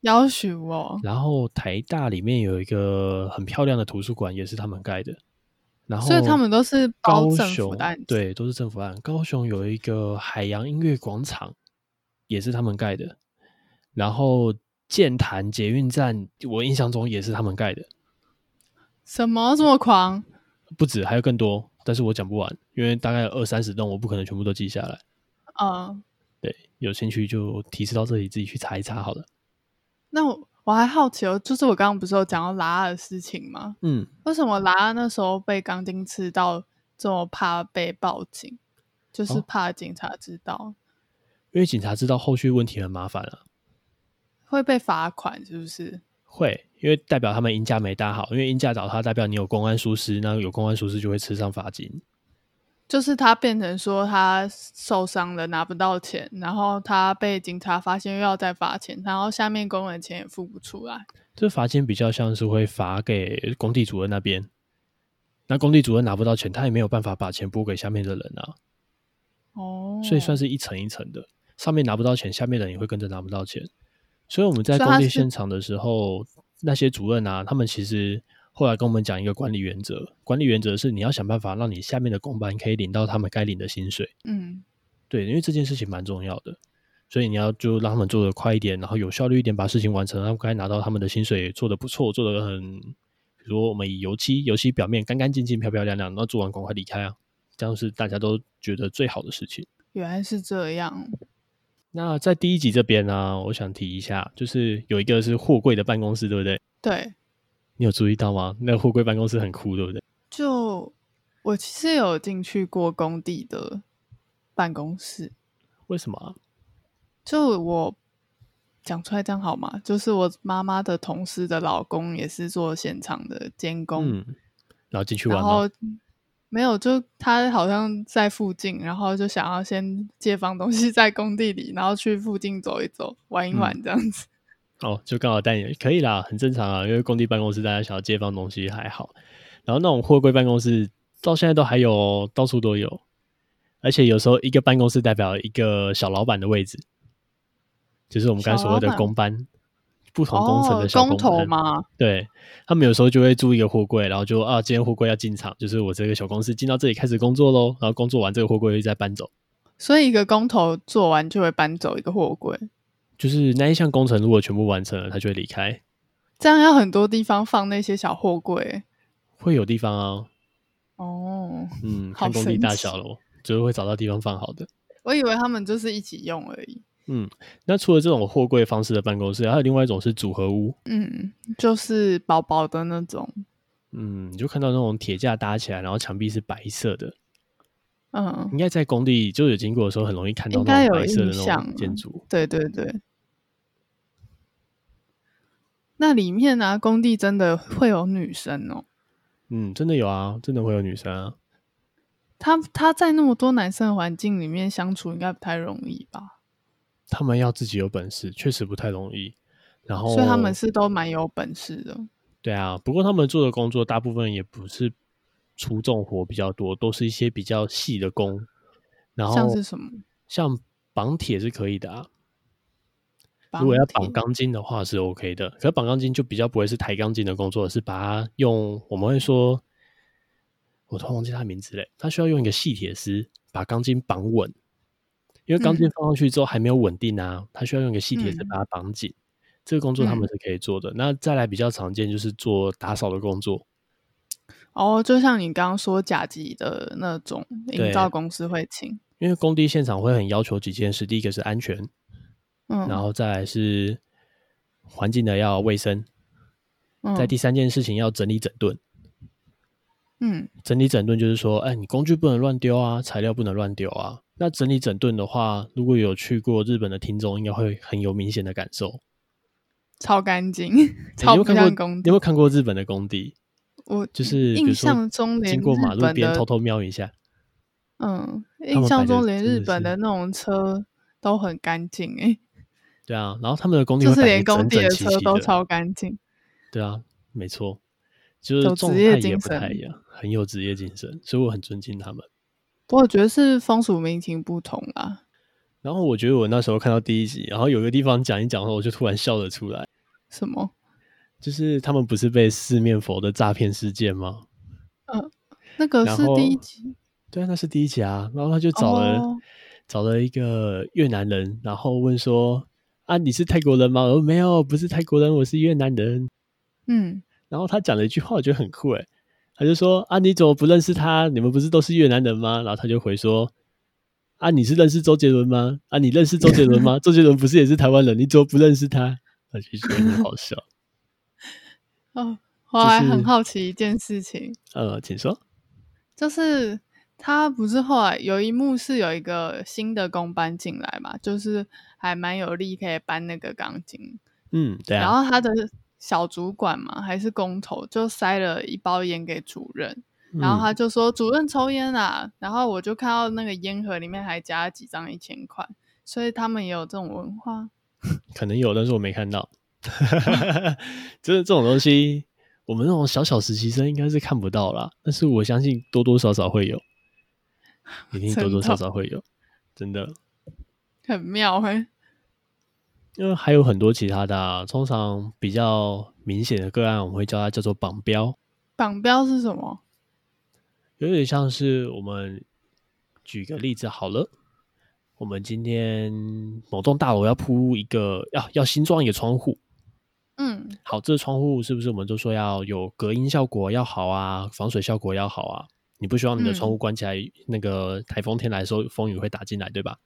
Speaker 1: 要求哦，
Speaker 2: 然后台大里面有一个很漂亮的图书馆，也是他们盖的。然后，
Speaker 1: 所以他们都是包
Speaker 2: 高
Speaker 1: 政府
Speaker 2: 雄
Speaker 1: 的案子
Speaker 2: 对，都是政府案。高雄有一个海洋音乐广场，也是他们盖的。然后建潭捷运站，我印象中也是他们盖的，
Speaker 1: 什么这么狂？
Speaker 2: 不止还有更多，但是我讲不完，因为大概有二三十栋，我不可能全部都记下来。
Speaker 1: 嗯，
Speaker 2: 对，有兴趣就提示到这里，自己去查一查好了。
Speaker 1: 那我我还好奇哦，就是我刚刚不是有讲到拉拉的事情吗？
Speaker 2: 嗯，
Speaker 1: 为什么拉拉那时候被钢筋刺到这么怕被报警？就是
Speaker 2: 哦
Speaker 1: 怕警察知道、
Speaker 2: 因为警察知道后续问题很麻烦啊了、
Speaker 1: 会被罚款，是不是？
Speaker 2: 会，因为代表他们鹰架没搭好，因为鹰架倒塌代表你有公安疏失，那有公安疏失就会吃上罚金。
Speaker 1: 就是他变成说他受伤了拿不到钱，然后他被警察发现又要再罚钱，然后下面工人钱也付不出来。
Speaker 2: 这罚金比较像是会罚给工地主任那边，那工地主任拿不到钱，他也没有办法把钱拨给下面的人啊，
Speaker 1: 哦，
Speaker 2: 所以算是一层一层的，上面拿不到钱，下面的人也会跟着拿不到钱。所以我们在
Speaker 1: 所以
Speaker 2: 工
Speaker 1: 他
Speaker 2: 地
Speaker 1: 是
Speaker 2: 现场的时候，那些主任啊，他们其实后来跟我们讲一个管理原则，管理原则是你要想办法让你下面的工班可以领到他们该领的薪水。
Speaker 1: 嗯，
Speaker 2: 对，因为这件事情蛮重要的，所以你要就让他们做得快一点，然后有效率一点，把事情完成。他们该拿到他们的薪水，也做得不错，做得很，比如说我们以油漆，油漆表面干干净净、漂漂亮亮，然后做完赶快离开啊，这样是大家都觉得最好的事情。
Speaker 1: 原来是这样。
Speaker 2: 那在第一集这边呢、我想提一下，就是有一个是货柜的办公室，对不对？
Speaker 1: 对，
Speaker 2: 你有注意到吗？那个货柜办公室很酷，对不对？
Speaker 1: 就我其实有进去过工地的办公室，
Speaker 2: 为什么、啊？
Speaker 1: 就我讲出来这样好吗？就是我妈妈的同事的老公也是做现场的监工，
Speaker 2: 嗯，然后进去玩
Speaker 1: 然
Speaker 2: 吗？
Speaker 1: 后没有，就他好像在附近，然后就想要先借放东西在工地里，然后去附近走一走，玩一
Speaker 2: 嗯
Speaker 1: 玩这样子。
Speaker 2: 哦，就刚好带你可以啦，很正常啊，因为工地办公室大家想要借放东西还好，然后那种货柜办公室到现在都还有哦，到处都有，而且有时候一个办公室代表一个小老板的位置，就是我们刚才所谓
Speaker 1: 小
Speaker 2: 的
Speaker 1: 老板
Speaker 2: 工班，不同工程的
Speaker 1: 哦，
Speaker 2: 小
Speaker 1: 工头
Speaker 2: 班，
Speaker 1: 嘛，
Speaker 2: 对他们有时候就会租一个货柜，然后就啊，今天货柜要进场，就是我这个小公司进到这里开始工作喽，然后工作完这个货柜又再搬走。
Speaker 1: 所以一个工头做完就会搬走一个货柜，
Speaker 2: 就是那一项工程如果全部完成了，他就会离开，
Speaker 1: 这样要很多地方放那些小货柜。
Speaker 2: 会有地方啊，
Speaker 1: 哦，
Speaker 2: 嗯，
Speaker 1: 好
Speaker 2: 看工地
Speaker 1: 神
Speaker 2: 大
Speaker 1: 奇
Speaker 2: 小咯，就是会找到地方放好的。
Speaker 1: 我以为他们就是一起用而已。
Speaker 2: 那除了这种货柜方式的办公室，还有另外一种是组合屋，
Speaker 1: 嗯，就是薄薄的那种。
Speaker 2: 嗯，你就看到那种铁架搭起来，然后墙壁是白色的，
Speaker 1: 嗯，
Speaker 2: 应该在工地就有经过的时候，很容易看到
Speaker 1: 应该
Speaker 2: 那种
Speaker 1: 有
Speaker 2: 白色的
Speaker 1: 印
Speaker 2: 那
Speaker 1: 象
Speaker 2: 种
Speaker 1: 啊
Speaker 2: 建筑。
Speaker 1: 对对对。那里面啊，工地真的会有女生哦。
Speaker 2: 嗯，真的有啊，真的会有女生啊。
Speaker 1: 他他在那么多男生的环境里面相处，应该不太容易吧？
Speaker 2: 他们要自己有本事，确实不太容易。然后，
Speaker 1: 所以他们是都蛮有本事的。
Speaker 2: 对啊，不过他们做的工作大部分也不是出重活比较多，都是一些比较细的工。然后
Speaker 1: 像是什么？
Speaker 2: 像绑铁是可以的啊，
Speaker 1: 绑
Speaker 2: 如果要绑
Speaker 1: 铁
Speaker 2: 钢筋的话是 OK 的，可是绑钢筋就比较不会是抬钢筋的工作，是把它用我们会说，我突然忘记它名字嘞，它需要用一个细铁丝把钢筋绑稳，因为钢筋放上去之后还没有稳定啊，它需要用一个细铁丝
Speaker 1: 嗯
Speaker 2: 把它绑紧。这个工作他们是可以做的。那再来比较常见就是做打扫的工作，
Speaker 1: 哦，就像你刚刚说甲级的那种
Speaker 2: 对
Speaker 1: 营造公司会请，
Speaker 2: 因为工地现场会很要求几件事，第一个是安全，然
Speaker 1: 嗯，
Speaker 2: 后再来是环境的要卫生，
Speaker 1: 嗯
Speaker 2: 在第三件事情要整理整顿。
Speaker 1: 嗯
Speaker 2: 整理整顿就是说，哎，你工具不能乱丢啊，材料不能乱丢啊。那整理整顿的话，如果有去过日本的听众，应该会很有明显的感受。
Speaker 1: 超干净，
Speaker 2: 哎你
Speaker 1: 超
Speaker 2: 有
Speaker 1: 不
Speaker 2: 没有看
Speaker 1: 像
Speaker 2: 过？你
Speaker 1: 工
Speaker 2: 有
Speaker 1: 地。
Speaker 2: 没有看过日本的工地？
Speaker 1: 我
Speaker 2: 就是比如
Speaker 1: 印
Speaker 2: 说
Speaker 1: 象中连
Speaker 2: 经过
Speaker 1: 日
Speaker 2: 马路
Speaker 1: 本
Speaker 2: 边
Speaker 1: 的
Speaker 2: 偷偷瞄一下，
Speaker 1: 嗯，
Speaker 2: 们
Speaker 1: 印
Speaker 2: 摆
Speaker 1: 象
Speaker 2: 的
Speaker 1: 中连
Speaker 2: 真
Speaker 1: 日
Speaker 2: 的
Speaker 1: 本的
Speaker 2: 是
Speaker 1: 那种车都很干净诶，
Speaker 2: 对啊。然后他们的工地
Speaker 1: 就
Speaker 2: 会
Speaker 1: 是
Speaker 2: 摆
Speaker 1: 连
Speaker 2: 得
Speaker 1: 工
Speaker 2: 整
Speaker 1: 地
Speaker 2: 整
Speaker 1: 的
Speaker 2: 齐
Speaker 1: 车
Speaker 2: 齐
Speaker 1: 都
Speaker 2: 的，
Speaker 1: 超干净。
Speaker 2: 对啊，没错，就是
Speaker 1: 走
Speaker 2: 状
Speaker 1: 职业
Speaker 2: 态也
Speaker 1: 精
Speaker 2: 不太
Speaker 1: 神
Speaker 2: 一样，很有职业精神，所以我很尊敬他们。
Speaker 1: 不过我觉得是风俗民情不同啦。
Speaker 2: 然后我觉得我那时候看到第一集，然后有个地方讲一讲的时候，我就突然笑了出来。
Speaker 1: 什么？
Speaker 2: 就是他们不是被四面佛的诈骗事件吗？
Speaker 1: 那个
Speaker 2: 然
Speaker 1: 是第一
Speaker 2: 后
Speaker 1: 集
Speaker 2: 对啊，那是第一集啊。然后他就找了、
Speaker 1: 哦
Speaker 2: 找了一个越南人，然后问说：“啊，你是泰国人吗？”我说：“没有，不是泰国人，我是越南人。
Speaker 1: 嗯，”
Speaker 2: 然后他讲了一句话，我觉得很酷诶，他就说：“啊，你怎么不认识他？你们不是都是越南人吗？”然后他就回说：“啊，你是认识周杰伦吗？啊，你认识周杰伦 吗？周杰伦不是也是台湾人，你怎么不认识他？”我就觉得很好笑。
Speaker 1: 哦，我还
Speaker 2: 就是
Speaker 1: 很好奇一件事情，
Speaker 2: 呃，请说。
Speaker 1: 就是他不是后来有一幕是有一个新的工班进来嘛，就是还蛮有力可以搬那个钢筋，
Speaker 2: 嗯，对
Speaker 1: 然
Speaker 2: 啊，
Speaker 1: 后他的小主管嘛还是工头就塞了一包烟给主任，然后
Speaker 2: 嗯
Speaker 1: 他就说主任抽烟啊，然后我就看到那个烟盒里面还夹了几张一千块，所以他们也有这种文化。
Speaker 2: 可能有，但是我没看到。 就是这种东西，我们那种小小实习生应该是看不到啦，但是我相信多多少少会有，一定多多少少会有，真的。
Speaker 1: 很妙哎、
Speaker 2: 因为还有很多其他的、啊，通常比较明显的个案，我们会叫它叫做绑标，
Speaker 1: 绑标是什么？
Speaker 2: 有点像是我们举个例子好了，我们今天某栋大楼要铺一个，要要新装一个窗户，
Speaker 1: 嗯
Speaker 2: 好，这个窗户是不是我们就说要有隔音效果要好啊，防水效果要好啊？你不希望你的窗
Speaker 1: 嗯
Speaker 2: 户关起来，那个台风天来的时候风雨会打进来，对吧？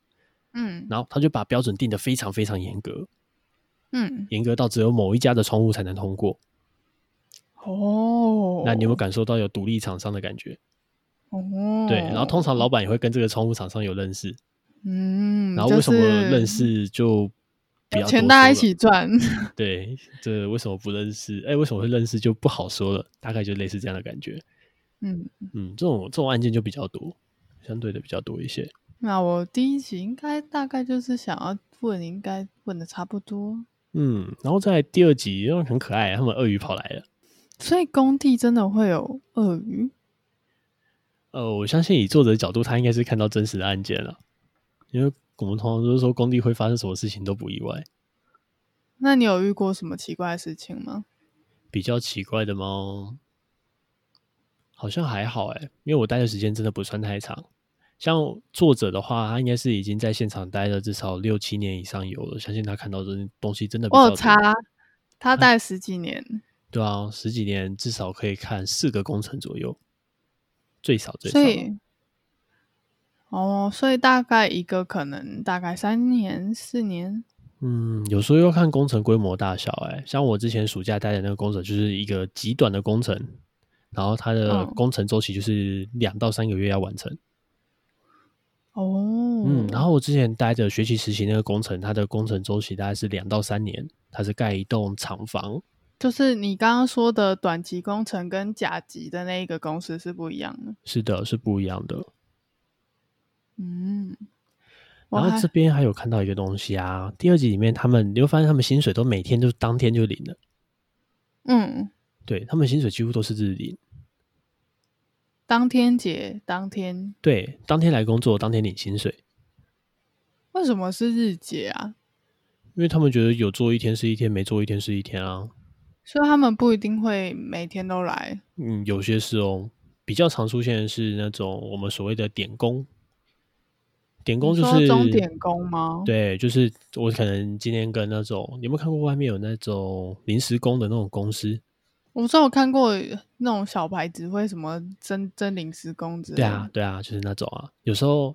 Speaker 1: 嗯
Speaker 2: 然后他就把标准定得非常非常严格，
Speaker 1: 嗯，
Speaker 2: 严格到只有某一家的窗户才能通过。
Speaker 1: 哦，
Speaker 2: 那你有没有感受到有独立厂商的感觉？
Speaker 1: 哦，
Speaker 2: 对，然后通常老板也会跟这个窗户厂商有认识，
Speaker 1: 嗯，
Speaker 2: 然后为什么
Speaker 1: 就是
Speaker 2: 认识就比较
Speaker 1: 钱大家一起
Speaker 2: 起
Speaker 1: 赚，
Speaker 2: 对，这为什么不认识？哎，为什么会认识就不好说了，大概就类似这样的感觉。
Speaker 1: 嗯，
Speaker 2: 嗯，这种这种案件就比较多，相对的比较多一些。
Speaker 1: 那我第一集应该大概就是想要问，应该问的差不多。
Speaker 2: 嗯，然后在第二集，因为很可爱，他们鳄鱼跑来了。
Speaker 1: 所以工地真的会有鳄鱼？
Speaker 2: 呃，我相信以作者的角度，他应该是看到真实的案件了，因为我们通常都是说工地会发生什么事情都不意外。
Speaker 1: 那你有遇过什么奇怪的事情吗？
Speaker 2: 比较奇怪的吗？好像还好哎、因为我待的时间真的不算太长。像作者的话，他应该是已经在现场待了至少六七年以上有了，相信他看到的东西真的比较
Speaker 1: 我有
Speaker 2: 多啊
Speaker 1: 查，他待十几年，
Speaker 2: 对啊，十几年至少可以看四个工程左右，最少最少
Speaker 1: 所。以哦，所以大概一个可能大概三年四年。
Speaker 2: 嗯，有时候要看工程规模大小、欸。哎，像我之前暑假待的那个工程，就是一个极短的工程，然后它的
Speaker 1: 嗯
Speaker 2: 工程周期就是两到三个月要完成。
Speaker 1: 哦，
Speaker 2: 嗯，然后我之前待着学习实习那个工程，它的工程周期大概是两到三年，它是盖一栋厂房。
Speaker 1: 就是你刚刚说的短期工程跟甲级的那一个公司是不一样的。
Speaker 2: 是的，是不一样的。
Speaker 1: 嗯，我
Speaker 2: 然后
Speaker 1: 还
Speaker 2: 这边还有看到一个东西啊，第二集里面他们你会发现他们薪水都每天就当天就领了，
Speaker 1: 嗯，
Speaker 2: 对他们薪水几乎都是日领。
Speaker 1: 当天结当天，
Speaker 2: 对，当天来工作，当天领薪水，
Speaker 1: 为什么是日结啊？
Speaker 2: 因为他们觉得有做一天是一天，没做一天是一天啊。
Speaker 1: 所以他们不一定会每天都来。
Speaker 2: 嗯，有些是哦，比较常出现的是那种我们所谓的点工，点工
Speaker 1: 你
Speaker 2: 就
Speaker 1: 说
Speaker 2: 是
Speaker 1: 钟点工吗？，
Speaker 2: 对，就是我可能今天跟那种，你有没有看过外面有那种临时工的那种公司？
Speaker 1: 我知道我看过那种小牌子会什么真真临时工之类
Speaker 2: 对
Speaker 1: 的。
Speaker 2: 啊，，对啊，就是那种啊，有时候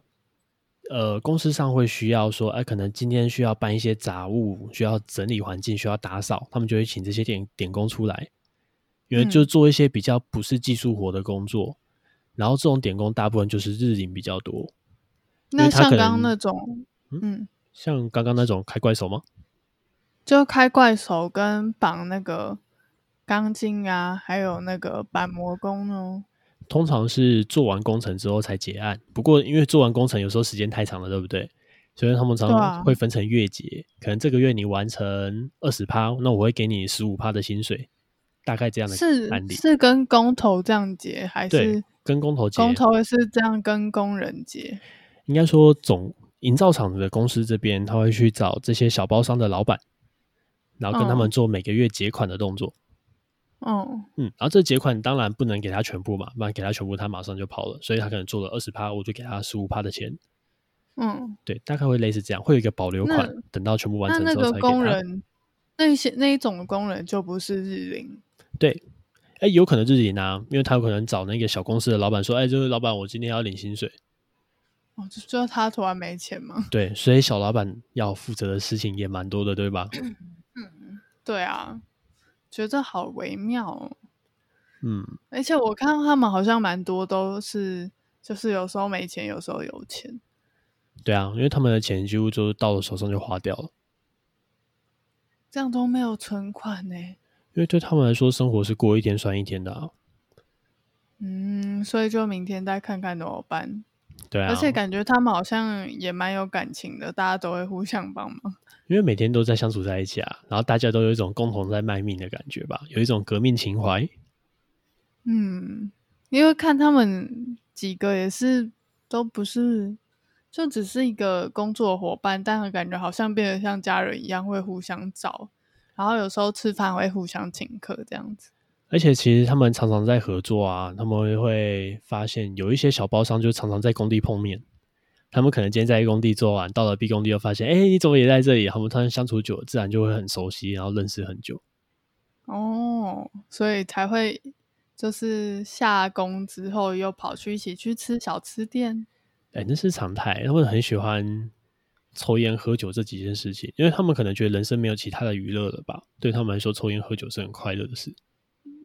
Speaker 2: 呃，公司上会需要说，哎、可能今天需要搬一些杂物，需要整理环境，需要打扫，他们就会请这些点点工出来，因为就
Speaker 1: 嗯
Speaker 2: 做一些比较不是技术活的工作。然后这种点工大部分就是日领比较多，因为
Speaker 1: 那
Speaker 2: 他
Speaker 1: 像
Speaker 2: 可
Speaker 1: 刚刚
Speaker 2: 能
Speaker 1: 那种，
Speaker 2: 嗯
Speaker 1: 嗯，
Speaker 2: 像刚刚那种开怪手吗？
Speaker 1: 就开怪手跟绑那个钢筋啊，还有那个板模工哦呢。
Speaker 2: 通常是做完工程之后才结案。不过因为做完工程有时候时间太长了，对不对？所以他们常
Speaker 1: 对
Speaker 2: 常
Speaker 1: 啊
Speaker 2: 会分成月结，可能这个月你完成二十趴，那我会给你十五趴的薪水，大概这样的
Speaker 1: 是
Speaker 2: 案例。
Speaker 1: 是跟工头这样结，还
Speaker 2: 对
Speaker 1: 是，
Speaker 2: 跟工头结，
Speaker 1: 工头也是这样跟工人结？
Speaker 2: 应该说总营造厂的公司这边，他会去找这些小包商的老板，然后跟他
Speaker 1: 嗯
Speaker 2: 们做每个月结款的动作。
Speaker 1: 嗯
Speaker 2: 嗯，然后这结款当然不能给他全部嘛，不然给他全部他马上就跑了，所以他可能做了二十趴，我就给他十五趴的钱，
Speaker 1: 嗯，
Speaker 2: 对，大概会类似这样，会有一个保留款
Speaker 1: 那，
Speaker 2: 等到全部完
Speaker 1: 那
Speaker 2: 成
Speaker 1: 那
Speaker 2: 之后
Speaker 1: 个
Speaker 2: 才给
Speaker 1: 工
Speaker 2: 他。
Speaker 1: 人，那些那一种的工人就不是日领，
Speaker 2: 对，哎，有可能自己拿，因为他有可能找那个小公司的老板说，哎，就是老板，我今天要领薪水，
Speaker 1: 哦，就就他突然没钱吗？
Speaker 2: 对，所以小老板要负责的事情也蛮多的，对 吧？
Speaker 1: 对啊，觉得好微妙、哦。
Speaker 2: 嗯，
Speaker 1: 而且我看他们好像蛮多都是，就是有时候没钱，有时候有钱。
Speaker 2: 对啊，因为他们的钱几乎就是到了手上就花掉了，
Speaker 1: 这样都没有存款呢、
Speaker 2: 因为对他们来说，生活是过一天算一天的啊，
Speaker 1: 嗯，所以就明天再看看怎么办。
Speaker 2: 对啊，
Speaker 1: 而且感觉他们好像也蛮有感情的，大家都会互相帮忙。
Speaker 2: 因为每天都在相处在一起啊，然后大家都有一种共同在卖命的感觉吧，有一种革命情怀。
Speaker 1: 嗯，因为看他们几个也是都不是，就只是一个工作伙伴，但感觉好像变得像家人一样，会互相找，然后有时候吃饭会互相请客这样子。
Speaker 2: 而且其实他们常常在合作啊，他们会发现有一些小包商就常常在工地碰面，他们可能今天在 A 工地做完，到了 B 工地又发现，哎，你怎么也在这里？他们他们相处久了，自然就会很熟悉，然后认识很久。
Speaker 1: 哦，所以才会就是下工之后又跑去一起去吃小吃店。
Speaker 2: 哎，那是常态，他们很喜欢抽烟喝酒这几件事情，因为他们可能觉得人生没有其他的娱乐了吧，对他们来说，抽烟喝酒是很快乐的事。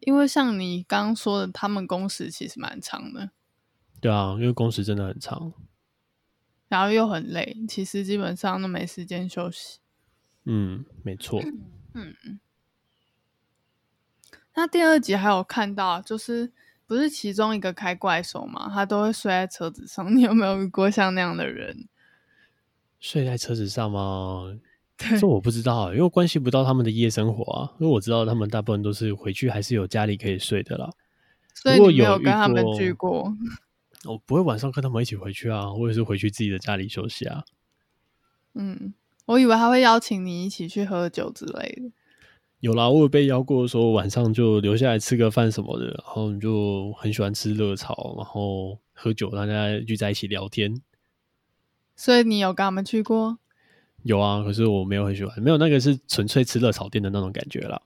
Speaker 1: 因为像你刚刚说的，他们工时其实蛮长的，
Speaker 2: 对啊，因为工时真的很长。
Speaker 1: 然后又很累，其实基本上都没时间休息。
Speaker 2: 嗯，没错。
Speaker 1: 那第二集还有看到，就是不是其中一个开怪兽嘛，他都会睡在车子上。你有没有遇过像那样的人？
Speaker 2: 睡在车子上吗？
Speaker 1: 对
Speaker 2: 这我不知道欸，因为我关系不到他们的夜生活啊。因为我知道他们大部分都是回去还是有家里可以睡的啦。
Speaker 1: 所以
Speaker 2: 如果
Speaker 1: 你没
Speaker 2: 有
Speaker 1: 有跟
Speaker 2: 遇
Speaker 1: 他们
Speaker 2: 过
Speaker 1: 聚过，
Speaker 2: 我不会晚上跟他们一起回去啊，我也是回去自己的家里休息啊。
Speaker 1: 嗯，我以为他会邀请你一起去喝酒之类的。
Speaker 2: 有啦，我有被邀过说晚上就留下来吃个饭什么的，然后你就很喜欢吃热炒，然后喝酒，大家聚在一起聊天。
Speaker 1: 所以你有跟他们去过？
Speaker 2: 有啊，可是我没有很喜欢，没有那个是纯粹吃热炒店的那种感觉啦。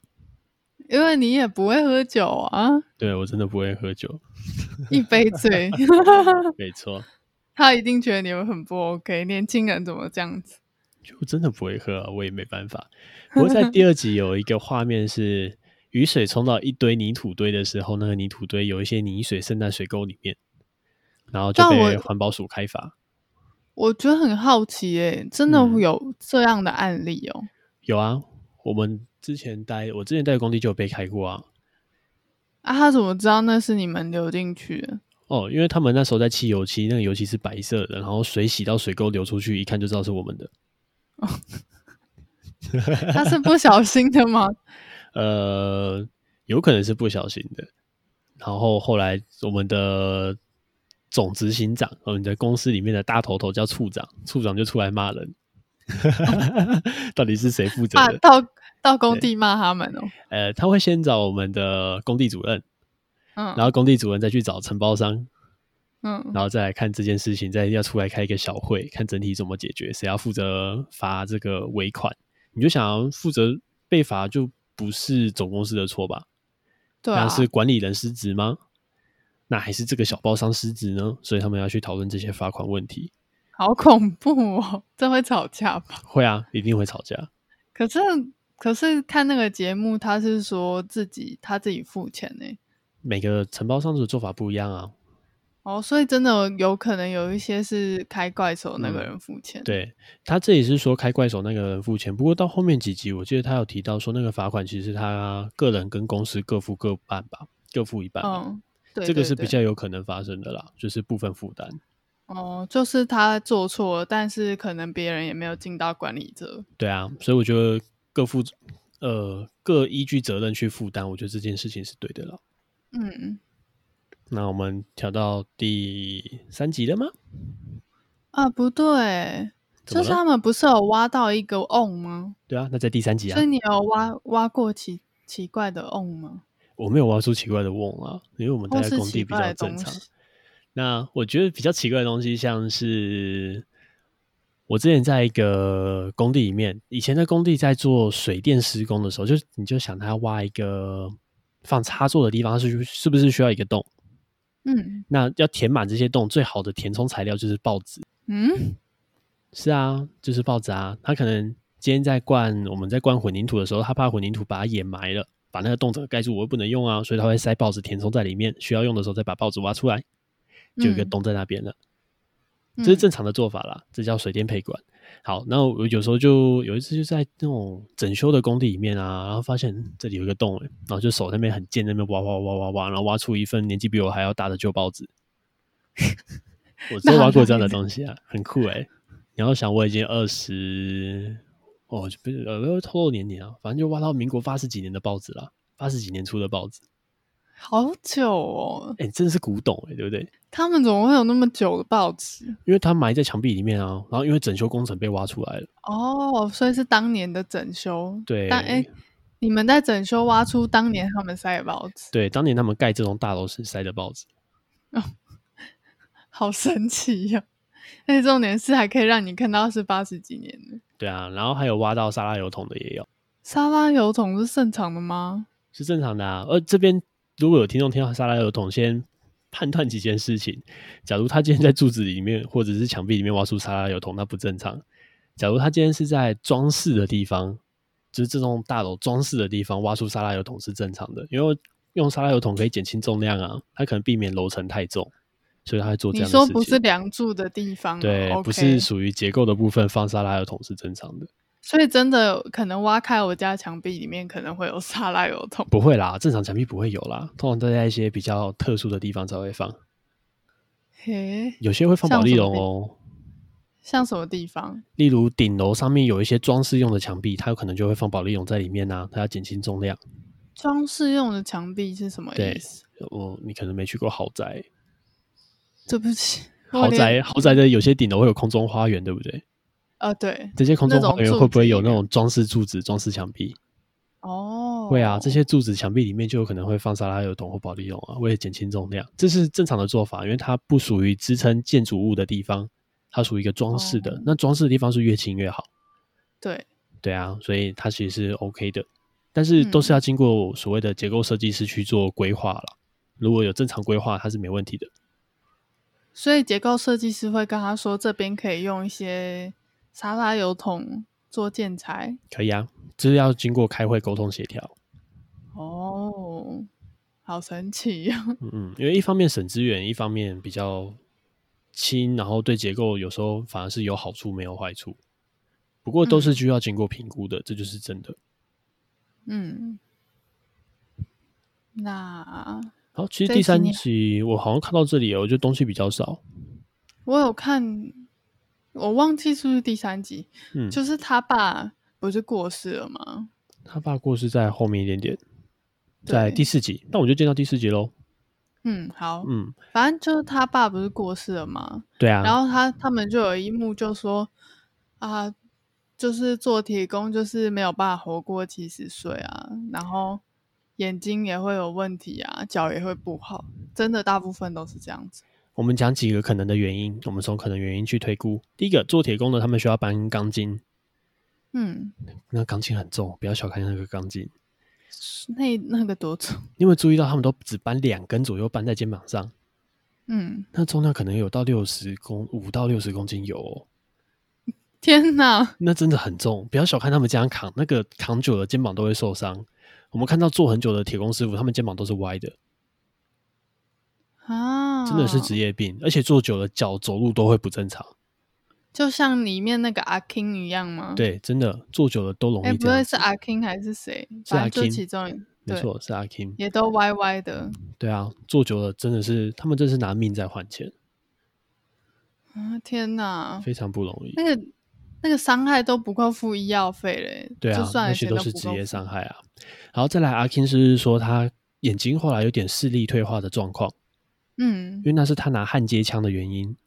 Speaker 1: 因为你也不会喝酒啊，
Speaker 2: 对我真的不会喝酒，
Speaker 1: 一杯醉，
Speaker 2: 没错。
Speaker 1: 他一定觉得你们很不 OK。年轻人怎么这样子？
Speaker 2: 就真的不会喝、啊，我也没办法。不过在第二集有一个画面是雨水冲到一堆泥土堆的时候，那个泥土堆有一些泥水渗在水沟里面，然后就
Speaker 1: 但我
Speaker 2: 被环保署开罚。
Speaker 1: 我觉得很好奇耶、真的
Speaker 2: 嗯
Speaker 1: 有这样的案例哦、
Speaker 2: 有啊，我们之前待我之前待的工地就有被开过啊。
Speaker 1: 啊，他怎么知道那是你们流进去 的？
Speaker 2: 哦，因为他们那时候在漆油漆，那个油漆是白色的，然后水洗到水沟流出去，一看就知道是我们的。
Speaker 1: 他是不小心的 吗？
Speaker 2: 呃，有可能是不小心的。然后后来我们的总执行长，呃我们的公司里面的大头头叫处长，处长就出来骂人，到底是谁负责
Speaker 1: 啊，
Speaker 2: 的？
Speaker 1: 到到工地骂他们哦、
Speaker 2: 呃，他会先找我们的工地主任，然
Speaker 1: 嗯
Speaker 2: 后工地主任再去找承包商，
Speaker 1: 嗯
Speaker 2: 然后再来看这件事情，再要出来开一个小会，看整体怎么解决，谁要负责罚这个尾款。你就想要负责被罚，就不是总公司的错吧？
Speaker 1: 对啊
Speaker 2: 那，是管理人失职吗？那还是这个小包商失职呢？所以他们要去讨论这些罚款问题。
Speaker 1: 好恐怖哦、这会吵架吧？
Speaker 2: 会啊，一定会吵架。
Speaker 1: 可是可是看那个节目，他是说自己他自己付钱呢、
Speaker 2: 每个承包商的做法不一样啊。
Speaker 1: 哦，所以真的有可能有一些是开怪手那个
Speaker 2: 嗯
Speaker 1: 人付钱，，
Speaker 2: 对他这里是说开怪手那个人付钱，不过到后面几集，我记得他有提到说那个罚款其实他个人跟公司各付各半吧，各付一半吧。
Speaker 1: 嗯，对，
Speaker 2: 啊这个
Speaker 1: 对
Speaker 2: 是比
Speaker 1: 对
Speaker 2: 较有可能发生的啦，就是部分负担。
Speaker 1: 哦，就是他做错了，但是可能别人也没有尽到管理者。
Speaker 2: 对啊，所以我觉得各负呃各依据责任去负担，我觉得这件事情是对的了。
Speaker 1: 嗯，
Speaker 2: 那我们调到第三集了吗？
Speaker 1: 啊，不对，
Speaker 2: 怎
Speaker 1: 就
Speaker 2: 么
Speaker 1: 是
Speaker 2: 了？
Speaker 1: 他们不是有挖到一个瓮吗？
Speaker 2: 对啊，那在第三集啊
Speaker 1: 所以，你有挖挖过奇奇怪的瓮吗？
Speaker 2: 我没有挖出奇怪的瓮啊，因为我们待
Speaker 1: 或
Speaker 2: 在
Speaker 1: 是
Speaker 2: 工地
Speaker 1: 奇
Speaker 2: 比
Speaker 1: 怪
Speaker 2: 较
Speaker 1: 的
Speaker 2: 正
Speaker 1: 东
Speaker 2: 常。
Speaker 1: 西？
Speaker 2: 那我觉得比较奇怪的东西，像是我之前在一个工地里面，以前在工地在做水电施工的时候，就你就想他挖一个放插座的地方，它是是不是需要一个洞？
Speaker 1: 嗯
Speaker 2: 那要填满这些洞，最好的填充材料就是报纸。
Speaker 1: 嗯，
Speaker 2: 是啊，就是报纸啊。他可能今天在灌我们在灌混凝土的时候，他怕混凝土把它掩埋了，把那个洞整个盖住，我又不能用啊，所以他会塞报纸填充在里面，需要用的时候再把报纸挖出来，就有一个
Speaker 1: 嗯
Speaker 2: 洞在那边了。
Speaker 1: 嗯
Speaker 2: 这是正常的做法啦，这叫水电配管。好，那我有时候就有一次就在那种整修的工地里面啊，然后发现嗯这里有一个洞、欸，然后就手在那边很贱，在那边挖挖挖挖挖，然后挖出一份年纪比我还要大的旧报纸。我真的挖过这样的东西啊，很酷哎、你要想，我已经二十，哦，就不是呃，不要透露年龄啊，反正就挖到民国八十几年的报纸啦，八十几年出的报纸，
Speaker 1: 嗯好久哦，
Speaker 2: 哎、真的是古董哎、对不对？
Speaker 1: 他们怎么会有那么久的报纸？
Speaker 2: 因为它埋在墙壁里面啊，然后因为整修工程被挖出来了，
Speaker 1: 哦，所以是当年的整修。
Speaker 2: 对，
Speaker 1: 但哎、你们在整修挖出当年他们塞的报纸，
Speaker 2: 对，当年他们盖这栋大楼时塞的报纸，
Speaker 1: 好神奇呀、 而且重点是还可以让你看到是八十几年的
Speaker 2: 对啊，然后还有挖到沙拉油桶的也有，
Speaker 1: 沙拉油桶是正常的吗？
Speaker 2: 是正常的啊。而这边如果有听众听到沙拉油桶，先判断几件事情：假如他今天在柱子里面或者是墙壁里面挖出沙拉油桶，那不正常；假如他今天是在装饰的地方，就是这栋大楼装饰的地方挖出沙拉油桶是正常的，因为用沙拉油桶可以减轻重量啊，它可能避免楼层太重，所以他会做这
Speaker 1: 你
Speaker 2: 样的事
Speaker 1: 说
Speaker 2: 情。
Speaker 1: 不是梁柱的地方、哦，
Speaker 2: 对
Speaker 1: o k
Speaker 2: 不是属于结构的部分放沙拉油桶是正常的。
Speaker 1: 所以真的可能挖开我家墙壁里面可能会有沙拉油 桶。
Speaker 2: 不会啦，正常墙壁不会有啦，通常都在一些比较特殊的地方才会放，
Speaker 1: 嘿，
Speaker 2: 有些会放保丽龙
Speaker 1: 像什
Speaker 2: 哦，
Speaker 1: 像什么地方？
Speaker 2: 例如顶楼上面有一些装饰用的墙壁，它有可能就会放保丽龙在里面啊呐、它要减轻重量。
Speaker 1: 装饰用的墙壁是什么
Speaker 2: 对
Speaker 1: 意思？
Speaker 2: 哦，你可能没去过豪宅，
Speaker 1: 对不起，我
Speaker 2: 豪
Speaker 1: 连
Speaker 2: 宅豪宅的有些顶楼会有空中花园，对不对？
Speaker 1: 啊，对，
Speaker 2: 这些空中花
Speaker 1: 那
Speaker 2: 园
Speaker 1: 种
Speaker 2: 会不会有
Speaker 1: 柱子
Speaker 2: 那种装饰柱子、装饰墙壁？
Speaker 1: 哦，
Speaker 2: 会啊，这些柱子墙壁里面就有可能会放沙拉油桶或保利龙啊，为了减轻重量，这是正常的做法，因为它不属于支撑建筑物的地方，它属于一个装饰的。
Speaker 1: 哦
Speaker 2: 那装饰的地方是越轻越好，
Speaker 1: 对，
Speaker 2: 对啊，所以它其实是 OK 的，但是都
Speaker 1: 嗯
Speaker 2: 是要经过所谓的结构设计师去做规划了。如果有正常规划，它是没问题的。
Speaker 1: 所以结构设计师会跟他说，这边可以用一些沙拉油桶做建材。
Speaker 2: 可以啊，这是要经过开会沟通协调。
Speaker 1: 哦，好神奇哦呀、
Speaker 2: 嗯嗯，因为一方面省资源，一方面比较轻，然后对结构有时候反而是有好处没有坏处。不过都是需要经过评估的，这就是真的。
Speaker 1: 嗯，那
Speaker 2: 好，其实
Speaker 1: 这
Speaker 2: 第
Speaker 1: 一集
Speaker 2: 三
Speaker 1: 你
Speaker 2: 集我好像看到这里了，哦我觉得东西比较少。
Speaker 1: 我有看，我忘记是不是第三集，
Speaker 2: 嗯，
Speaker 1: 就是他爸不是过世了吗？
Speaker 2: 他爸过世在后面一点点，在
Speaker 1: 对
Speaker 2: 第四集，那我就见到第四集喽。
Speaker 1: 嗯，好，
Speaker 2: 嗯，
Speaker 1: 反正就是他爸不是过世了吗？
Speaker 2: 对啊，
Speaker 1: 然后他他们就有一幕就说啊，就是做铁工就是没有办法活过七十岁啊，然后眼睛也会有问题啊，脚也会不好，真的大部分都是这样子。
Speaker 2: 我们讲几个可能的原因，我们从可能原因去推估。第一个，做铁工的他们需要搬钢筋，
Speaker 1: 嗯，
Speaker 2: 那钢筋很重，不要小看那个钢筋。
Speaker 1: 那那个多重？
Speaker 2: 你有没有注意到他们都只搬两根左右搬在肩膀上？
Speaker 1: 嗯，
Speaker 2: 那重量可能有到六十公五到六十公斤有、哦，
Speaker 1: 天哪，
Speaker 2: 那真的很重。不要小看他们这样扛，那个扛久了肩膀都会受伤。我们看到做很久的铁工师傅，他们肩膀都是歪的，
Speaker 1: 啊，
Speaker 2: 真的是职业病。而且做久了，脚走路都会不正常。
Speaker 1: 就像里面那个阿 King 一样吗？，
Speaker 2: 对，真的做久了都容
Speaker 1: 哎、
Speaker 2: 易
Speaker 1: 不
Speaker 2: 这样
Speaker 1: 对，
Speaker 2: 子。
Speaker 1: 是阿 King 还是谁？
Speaker 2: 是阿
Speaker 1: 反正就
Speaker 2: King
Speaker 1: 其中一
Speaker 2: 没
Speaker 1: 对，
Speaker 2: 错，是阿 Kim。
Speaker 1: 也都歪歪的。
Speaker 2: 对啊，做久了真的是他们真是拿命在换钱，
Speaker 1: 啊，天哪，
Speaker 2: 非常不容易。
Speaker 1: 那个那个伤害都不够付医药费嘞，
Speaker 2: 对
Speaker 1: 就
Speaker 2: 啊，
Speaker 1: 算
Speaker 2: 那
Speaker 1: 了
Speaker 2: 些
Speaker 1: 钱
Speaker 2: 都
Speaker 1: 不
Speaker 2: 是
Speaker 1: 够
Speaker 2: 职业
Speaker 1: 付
Speaker 2: 伤害啊。然后再来，阿 King 是说他眼睛后来有点视力退化的状况，
Speaker 1: 嗯
Speaker 2: 因，为那是他拿焊接枪的原因。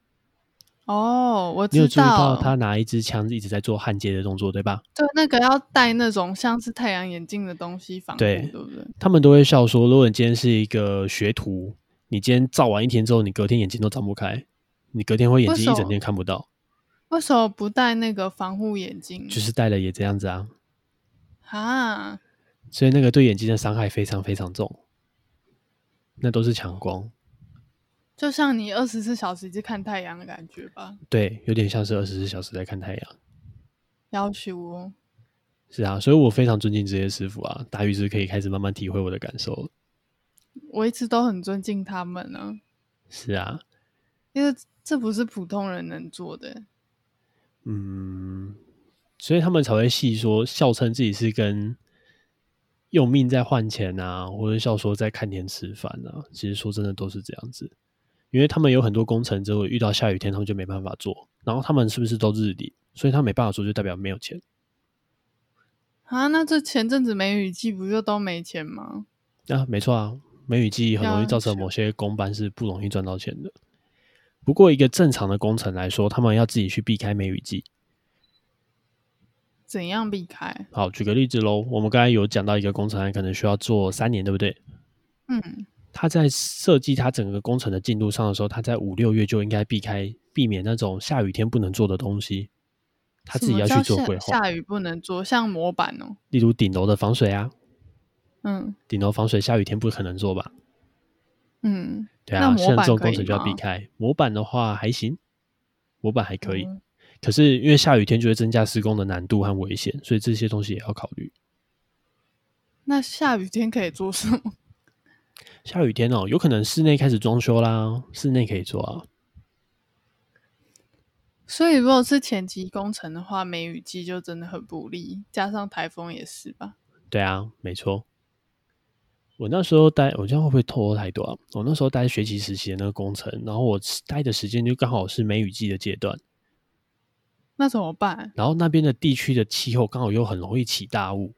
Speaker 1: 哦，我
Speaker 2: 你有
Speaker 1: 知
Speaker 2: 注意到
Speaker 1: 道
Speaker 2: 他拿一支枪一直在做焊接的动作，对吧？
Speaker 1: 对那个要戴那种像是太阳眼镜的东西防护，
Speaker 2: 对
Speaker 1: 对不对？
Speaker 2: 他们都会笑说，如果你今天是一个学徒，你今天照完一天之后，你隔天眼睛都张不开，你隔天会眼
Speaker 1: 为
Speaker 2: 睛
Speaker 1: 什
Speaker 2: 一
Speaker 1: 么
Speaker 2: 整天看不到，
Speaker 1: 为什么不戴那个防护眼镜？
Speaker 2: 就是戴了也这样子啊。
Speaker 1: 啊，
Speaker 2: 所以那个对眼睛的伤害非常非常重，那都是强光，
Speaker 1: 就像你二十四小时一直看太阳的感觉吧，
Speaker 2: 对，有点像是二十四小时在看太阳。
Speaker 1: 要求哦。
Speaker 2: 是啊，所以我非常尊敬这些师傅啊，大禹师可以开始慢慢体会我的感受了。
Speaker 1: 我一直都很尊敬他们呢、
Speaker 2: 是啊，
Speaker 1: 因为这不是普通人能做的。
Speaker 2: 嗯，所以他们才会戏说笑称自己是跟用命在换钱啊，或者笑说在看天吃饭啊。其实说真的都是这样子，因为他们有很多工程之后遇到下雨天，他们就没办法做。然后他们是不是都日理？所以他没办法做，就代表没有钱。
Speaker 1: 啊，那这前阵子梅雨季不就都没钱吗？
Speaker 2: 啊，没错啊，梅雨季很容易
Speaker 1: 了
Speaker 2: 造成
Speaker 1: 解
Speaker 2: 某些工班是不容易赚到钱的。不过，一个正常的工程来说，他们要自己去避开梅雨季。
Speaker 1: 怎样避开？
Speaker 2: 好，举个例子喽，我们刚才有讲到一个工程案，可能需要做三年，对不对？
Speaker 1: 嗯，
Speaker 2: 他在设计他整个工程的进度上的时候，他在五六月就应该避开避免那种下雨天不能做的东西，他自己
Speaker 1: 什
Speaker 2: 要
Speaker 1: 么
Speaker 2: 去
Speaker 1: 叫
Speaker 2: 做
Speaker 1: 下
Speaker 2: 规划，
Speaker 1: 下雨不能做，像模板哦。
Speaker 2: 例如顶楼的防水啊，
Speaker 1: 嗯
Speaker 2: 顶楼防水下雨天不可能做吧？
Speaker 1: 嗯，
Speaker 2: 对
Speaker 1: 那
Speaker 2: 啊，
Speaker 1: 模
Speaker 2: 像这
Speaker 1: 板
Speaker 2: 种
Speaker 1: 可
Speaker 2: 工
Speaker 1: 以
Speaker 2: 程就要避
Speaker 1: 吗
Speaker 2: 开。模板的话还行，模板还可以，
Speaker 1: 嗯
Speaker 2: 可是因为下雨天就会增加施工的难度和危险，所以这些东西也要考虑。
Speaker 1: 那下雨天可以做什么？
Speaker 2: 下雨天哦，有可能室内开始装修啦，室内可以做啊。
Speaker 1: 所以如果是前期工程的话，梅雨季就真的很不利，加上台风也是吧。
Speaker 2: 对啊，没错。我那时候待，我这样会不会透露太多啊？我那时候待学期实习的那个工程，然后我待的时间就刚好是梅雨季的阶段，
Speaker 1: 那怎么办？
Speaker 2: 然后那边的地区的气候刚好又很容易起大雾。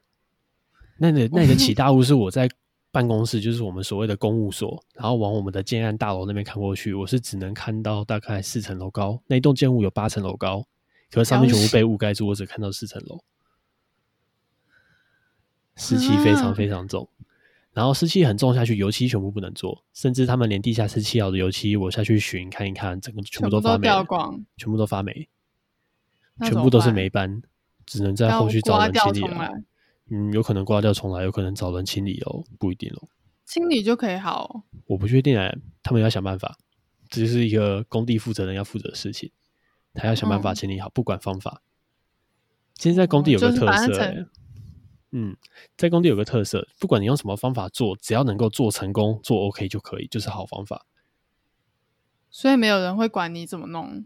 Speaker 2: 那里的那里的起大雾是我在办公室，就是我们所谓的公务所，然后往我们的建案大楼那边看过去，我是只能看到大概四层楼高，那一栋建物有八层楼高，可是上面全部被雾盖住，我只看到四层楼，湿气非常非常重。然后湿气很重下去，油漆全部不能做，甚至他们连地下室漆好的油漆，我下去寻看一看，整个全部
Speaker 1: 全
Speaker 2: 都
Speaker 1: 部
Speaker 2: 发
Speaker 1: 都
Speaker 2: 霉了
Speaker 1: 掉，光，
Speaker 2: 全部都发霉，
Speaker 1: 那
Speaker 2: 全
Speaker 1: 怎
Speaker 2: 部
Speaker 1: 么
Speaker 2: 都是
Speaker 1: 办
Speaker 2: 霉斑，只能在
Speaker 1: 要
Speaker 2: 后续找
Speaker 1: 刮
Speaker 2: 人
Speaker 1: 掉
Speaker 2: 清理
Speaker 1: 重
Speaker 2: 了
Speaker 1: 来。
Speaker 2: 嗯，有可能刮掉重来，有可能找人清理哦，不一定哦，
Speaker 1: 清理就可以好哦、
Speaker 2: 我不确定哎，他们要想办法，这就是一个工地负责人要负责的事情，他要想办
Speaker 1: 嗯
Speaker 2: 法
Speaker 1: 哦
Speaker 2: 清理好，不管方法。今天在工地有
Speaker 1: 就
Speaker 2: 个
Speaker 1: 是
Speaker 2: 特
Speaker 1: 把它
Speaker 2: 色
Speaker 1: 成
Speaker 2: 欸，嗯，在工地有个特色，不管你用什么方法做，只要能够做成功，做 OK 就可以，就是好方法。
Speaker 1: 所以没有人会管你怎么弄。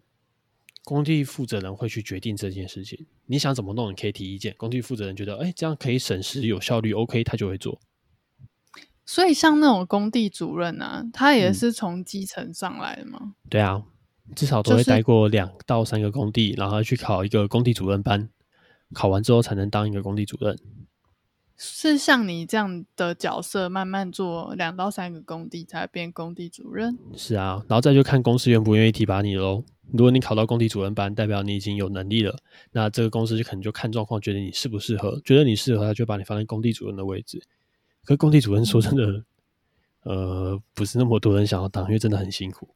Speaker 2: 工地负责人会去决定这件事情。你想怎么弄，你可以提意见。工地负责人觉得，哎，这样可以省时、有效率，OK，他就会做。
Speaker 1: 所以像那种工地主任啊，他也
Speaker 2: 嗯
Speaker 1: 是从基层上来的嘛。
Speaker 2: 对啊，至少都
Speaker 1: 就
Speaker 2: 会
Speaker 1: 是
Speaker 2: 待过两到三个工地，然后去考一个工地主任班，考完之后才能当一个工地主任。
Speaker 1: 是像你这样的角色，慢慢做两到三个工地才变工地主任。
Speaker 2: 是啊，然后再就看公司愿不愿意提拔你喽。如果你考到工地主任班，代表你已经有能力了，那这个公司就可能就看状况，觉得你适不适合，觉得你适合，他就把你放在工地主任的位置。可工地主任说真的，呃，不是那么多人想要当，因为真的很辛苦。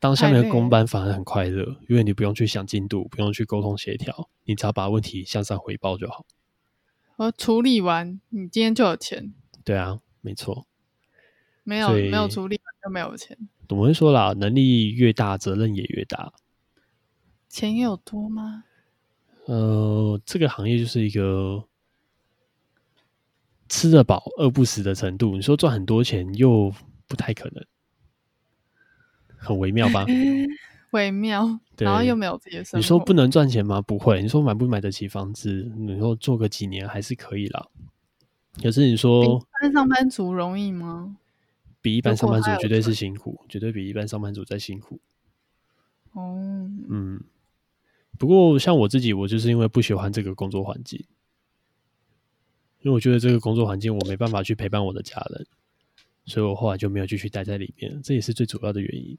Speaker 2: 当下面
Speaker 1: 太
Speaker 2: 的
Speaker 1: 累
Speaker 2: 工班反而很快乐，因为你不用去想进度，不用去沟通协调，你只要把问题向上回报就好。
Speaker 1: 我处理完，你今天就有钱；
Speaker 2: 对啊，没错。
Speaker 1: 没有
Speaker 2: 所以
Speaker 1: 没有处理完就没有钱。
Speaker 2: 我们会说啦，能力越大，责任也越大。
Speaker 1: 钱有多吗？
Speaker 2: 呃，这个行业就是一个吃得饱、饿不死的程度。你说赚很多钱又不太可能，很微妙 吧？
Speaker 1: 微妙，
Speaker 2: 对
Speaker 1: 然后又没有自己的生活。
Speaker 2: 你说不能赚钱吗？不会。你说买不买得起房子？你说做个几年还是可以啦。可是你
Speaker 1: 比
Speaker 2: 说
Speaker 1: 一般上班族容易吗？
Speaker 2: 比一般
Speaker 1: 如
Speaker 2: 上
Speaker 1: 果
Speaker 2: 班
Speaker 1: 他
Speaker 2: 族
Speaker 1: 有
Speaker 2: 绝对是辛苦，绝对比一般上班族再辛苦。
Speaker 1: 哦，
Speaker 2: 嗯，不过像我自己，我就是因为不喜欢这个工作环境，因为我觉得这个工作环境我没办法去陪伴我的家人，所以我后来就没有继续待在里面，这也是最主要的原因。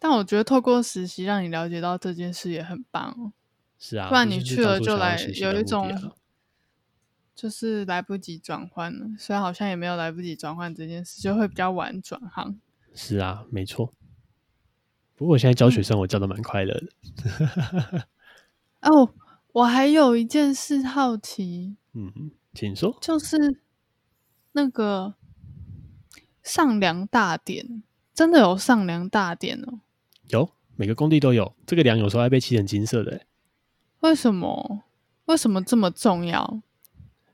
Speaker 1: 但我觉得透过实习让你了解到这件事也很棒哦，
Speaker 2: 是啊，
Speaker 1: 不然
Speaker 2: 这
Speaker 1: 你
Speaker 2: 是
Speaker 1: 去了
Speaker 2: 当初
Speaker 1: 就
Speaker 2: 想要
Speaker 1: 来
Speaker 2: 实习
Speaker 1: 有
Speaker 2: 的
Speaker 1: 一
Speaker 2: 目的
Speaker 1: 种
Speaker 2: 啊
Speaker 1: 就是来不及转换了。虽然好像也没有来不及转换这件事，就会比较晚转行。
Speaker 2: 是啊，没错。不过我现在
Speaker 1: 嗯
Speaker 2: 教学生，我教的蛮快乐的。
Speaker 1: 哦，我还有一件事好奇，
Speaker 2: 嗯，请说。
Speaker 1: 就是那个上梁大典，真的有上梁大典哦？
Speaker 2: 有每个工地都有这个梁，有时候还被漆成金色的欸，
Speaker 1: 为什么？为什么这么重要？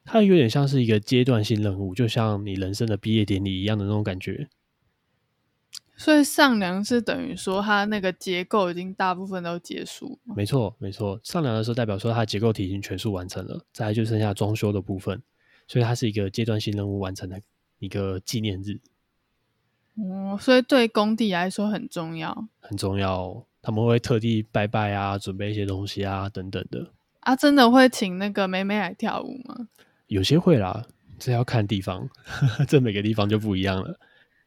Speaker 2: 它有点像是一个阶段性任务，就像你人生的毕业典礼一样的那种感觉。
Speaker 1: 所以上梁是等于说它那个结构已经大部分都结束了吗，
Speaker 2: 没错，没错。上梁的时候代表说它的结构体已经全数完成了，再来就剩下装修的部分，所以它是一个阶段性任务完成的一个纪念日，
Speaker 1: 哦，所以对工地来说很重要
Speaker 2: 很重要哦。他们会特地拜拜啊，准备一些东西啊，等等的。
Speaker 1: 啊！真的会请那个妹妹来跳舞吗？
Speaker 2: 有些会啦，这要看地方， 这每个地方就不一样了。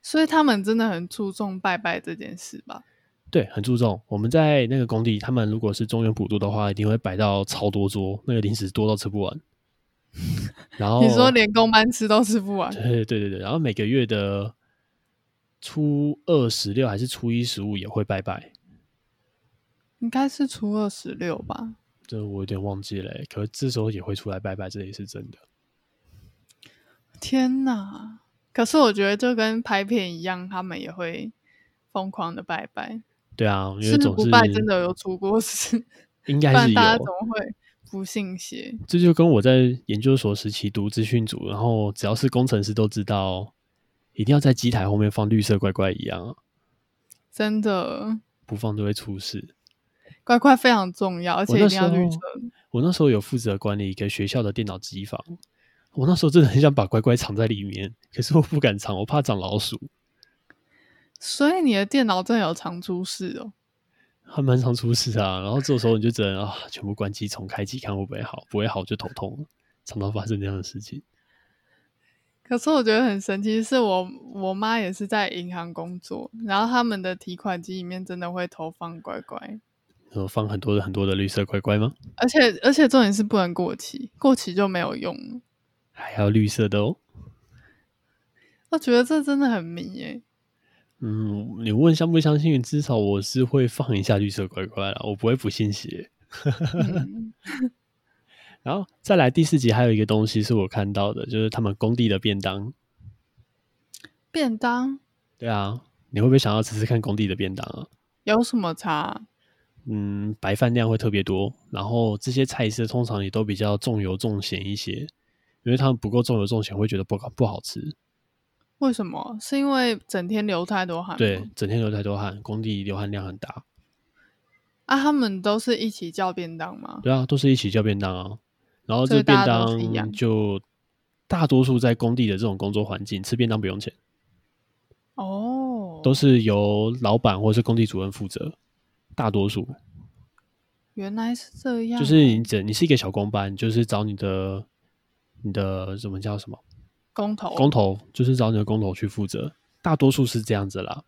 Speaker 1: 所以他们真的很注重拜拜这件事吧？
Speaker 2: 对，很注重。我们在那个工地，他们如果是中原普渡的话，一定会摆到超多桌，那个零食多到吃不完。然后
Speaker 1: 你说连公班吃都吃不完，
Speaker 2: 对对对对，然后每个月的初二十六还是初一十五也会拜拜，
Speaker 1: 应该是初二十六吧？
Speaker 2: 这我有点忘记了欸、可是这时候也会出来拜拜，这也是真的。
Speaker 1: 天哪！可是我觉得就跟拍片一样，他们也会疯狂的拜拜。
Speaker 2: 对啊，因为
Speaker 1: 是
Speaker 2: 总
Speaker 1: 不
Speaker 2: 是
Speaker 1: 拜真的有出过事，
Speaker 2: 应
Speaker 1: 不
Speaker 2: 该
Speaker 1: 然
Speaker 2: 是有。
Speaker 1: 大家怎么会不信邪？
Speaker 2: 这就跟我在研究所时期读资讯组，然后只要是工程师都知道，一定要在机台后面放绿色乖乖一样啊，
Speaker 1: 真的，
Speaker 2: 不放就会出事。
Speaker 1: 乖乖非常重要，而且一定要绿色。
Speaker 2: 我那时候有负责管理一个学校的电脑机房，我那时候真的很想把乖乖藏在里面，可是我不敢藏，我怕长老鼠。
Speaker 1: 所以你的电脑真的有常出事哦。
Speaker 2: 还蛮常出事啊，然后这时候你就只能啊，全部关机重开机看会不会好，不会好就头痛了，常常发生这样的事情。
Speaker 1: 可是我觉得很神奇，是我我妈也是在银行工作，然后他们的提款机里面真的会投放乖乖，
Speaker 2: 然后放很多的很多的绿色乖乖吗？
Speaker 1: 而且而且重点是不能过期，过期就没有用了。
Speaker 2: 还要绿色的哦。
Speaker 1: 我觉得这真的很迷耶、
Speaker 2: 嗯，你问相不相信？至少我是会放一下绿色乖乖啦，我不会不信邪。
Speaker 1: 嗯
Speaker 2: 然后再来第四集，还有一个东西是我看到的，就是他们工地的便当。
Speaker 1: 便当
Speaker 2: 对啊，你会不会想要吃吃看工地的便当啊？
Speaker 1: 有什么差？
Speaker 2: 嗯，白饭量会特别多，然后这些菜色通常也都比较重油重咸一些，因为他们不够重油重咸，会觉得不好不好吃。
Speaker 1: 为什么？是因为整天流太多汗吗？
Speaker 2: 对，整天流太多汗，工地流汗量很大。
Speaker 1: 啊，他们都是一起叫便当吗？
Speaker 2: 对啊，都是一起叫便当啊。然后
Speaker 1: 所
Speaker 2: 这
Speaker 1: 以
Speaker 2: 便
Speaker 1: 大家都是一
Speaker 2: 当
Speaker 1: 样
Speaker 2: 就大多数在工地的这种工作环境，吃便当不用钱，
Speaker 1: 哦，
Speaker 2: 都是由老板或是工地主任负责。大多数
Speaker 1: 原来是这样哦，
Speaker 2: 就是你整你是一个小工班，就是找你的你的什么叫什么
Speaker 1: 工头，
Speaker 2: 工头，就是找你的工头去负责。大多数是这样子啦，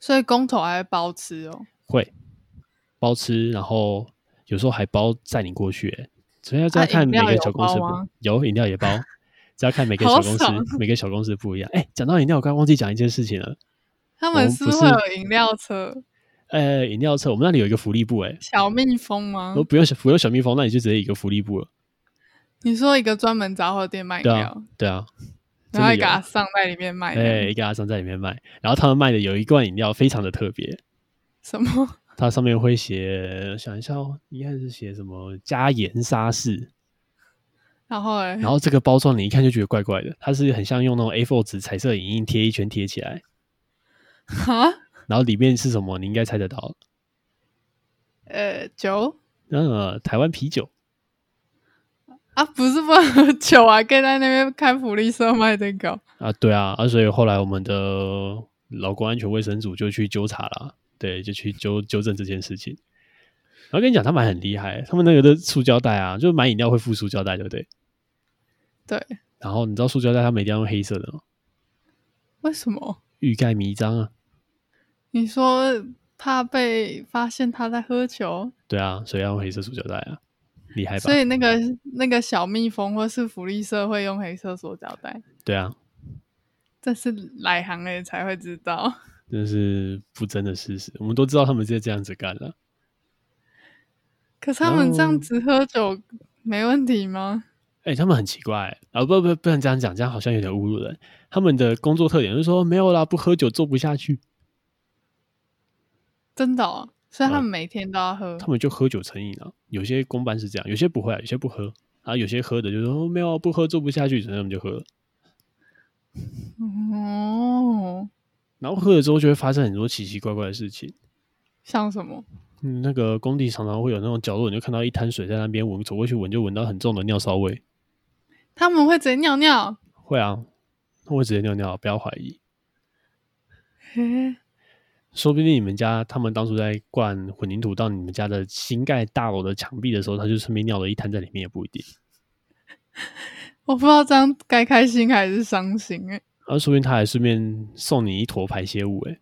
Speaker 1: 所以工头还会包吃哦。
Speaker 2: 会包吃，然后有时候还包载你过去、欸。所以要
Speaker 1: 啊
Speaker 2: 再
Speaker 1: 饮
Speaker 2: 看每
Speaker 1: 料
Speaker 2: 个
Speaker 1: 有
Speaker 2: 小公司
Speaker 1: 包
Speaker 2: 不
Speaker 1: 吗
Speaker 2: 有饮料也包，只要看每个小
Speaker 1: 好
Speaker 2: 公
Speaker 1: 爽
Speaker 2: 司每个小公司不一样。哎、讲到饮料，我刚刚忘记讲一件事情了。
Speaker 1: 他
Speaker 2: 我
Speaker 1: 们
Speaker 2: 们
Speaker 1: 是
Speaker 2: 哦不
Speaker 1: 会
Speaker 2: 是
Speaker 1: 有饮料车，
Speaker 2: 呃，饮料车我们那里有一个福利部、欸，哎，
Speaker 1: 小蜜蜂吗
Speaker 2: 如果？不用小不用小蜜蜂，那你就直接一个福利部了。
Speaker 1: 你说一个专门杂货店卖饮
Speaker 2: 对
Speaker 1: 料，
Speaker 2: 啊，对啊，真
Speaker 1: 然后
Speaker 2: 的
Speaker 1: 还给
Speaker 2: 有
Speaker 1: 它上在里面卖，
Speaker 2: 哎、一个阿商在里面卖，然后他们卖的有一罐饮料非常的特别，
Speaker 1: 什么？
Speaker 2: 它上面会写，想一下哦，应该是写什么加盐沙士，
Speaker 1: 然后哎，
Speaker 2: 然后这个包装你一看就觉得怪怪的，它是很像用那种 A4 纸彩色影印贴一圈贴起来，
Speaker 1: 哈，
Speaker 2: 然后里面是什么你应该猜得到，
Speaker 1: 呃，酒
Speaker 2: 呃，台湾啤酒，
Speaker 1: 啊，不是不 能喝酒啊，可以在那边开福利社卖这个哦。
Speaker 2: 啊，对啊，啊，所以后来我们的劳工安全卫生组就去纠察啦，对，就去纠纠正这件事情。然后跟你讲，他们还很厉害，他们那个的塑胶袋啊，就是买饮料会附塑胶袋，对不对？
Speaker 1: 对，
Speaker 2: 然后你知道塑胶袋他们一定要用黑色的吗？
Speaker 1: 为什么？
Speaker 2: 欲盖弥彰啊，
Speaker 1: 你说怕被发现他在喝酒，
Speaker 2: 对啊，所以要用黑色塑胶袋啊，厉害吧
Speaker 1: 所？以那个那个小蜜蜂或是福利社会用黑色塑胶袋，
Speaker 2: 对啊，
Speaker 1: 这是来行的才会知道。
Speaker 2: 这是不争的事实。我们都知道他们是这样子干了，
Speaker 1: 可是他们这
Speaker 2: 哦
Speaker 1: 样子喝酒没问题吗？
Speaker 2: 哎、他们很奇怪、啊，不不不能这样讲，这样好像有点侮辱人。他们的工作特点就是说没有啦，不喝酒做不下去，
Speaker 1: 真的、哦，所以他
Speaker 2: 呃
Speaker 1: 们每天都要喝
Speaker 2: 他。们就喝酒成瘾了、啊有些公班是这样，有些不会、啊，有些不喝，啊，有些喝的就说、哦、没有不喝做不下去，所以他们就喝了。
Speaker 1: 哦，
Speaker 2: 然后喝了之后就会发生很多奇奇怪怪的事情。
Speaker 1: 像什么？
Speaker 2: 嗯，那个工地常常会有那种角落，你就看到一滩水在那边闻，走过去闻就闻到很重的尿骚味。
Speaker 1: 他们会直接尿尿？
Speaker 2: 会啊，那会直接尿尿，不要怀疑。
Speaker 1: 嘿，
Speaker 2: 说不定你们家他们当初在灌混凝土到你们家的新盖大楼的墙壁的时候，他就顺便尿了一滩在里面，也不一定。
Speaker 1: 我不知道这样该开心还是伤心哎、
Speaker 2: 然后说不定他还顺便送你一坨排泄物、欸，诶，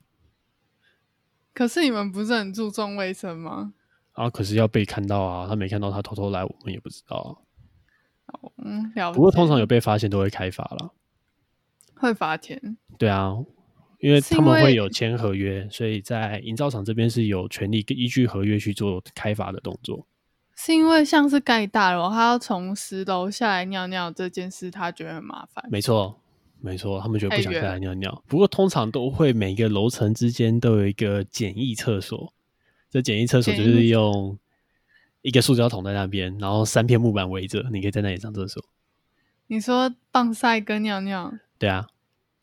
Speaker 1: 可是你们不是很注重卫生吗？
Speaker 2: 啊，可是要被看到啊，他没看到，他偷偷来，我们也不知道、啊。
Speaker 1: 嗯，了解。
Speaker 2: 不过通常有被发现都会开罚啦。
Speaker 1: 会罚钱。
Speaker 2: 对啊，因为
Speaker 1: 是
Speaker 2: 他
Speaker 1: 因
Speaker 2: 们会
Speaker 1: 为
Speaker 2: 有签合约，所以在营造厂这边是有权利依据合约去做开发的动作。
Speaker 1: 是因为像是盖大楼，他要从十楼下来尿尿这件事，他觉得很麻烦。
Speaker 2: 没错，没错，他们觉得不
Speaker 1: 太
Speaker 2: 想下
Speaker 1: 远
Speaker 2: 来尿尿。不过通常都会每个楼层之间都有一个简易厕所，这简易厕所就
Speaker 1: 简
Speaker 2: 是
Speaker 1: 易
Speaker 2: 用一个塑胶桶在那边，然后三片木板围着，你可以在那里上厕所。
Speaker 1: 你说棒晒跟尿尿
Speaker 2: 对啊，
Speaker 1: 啊，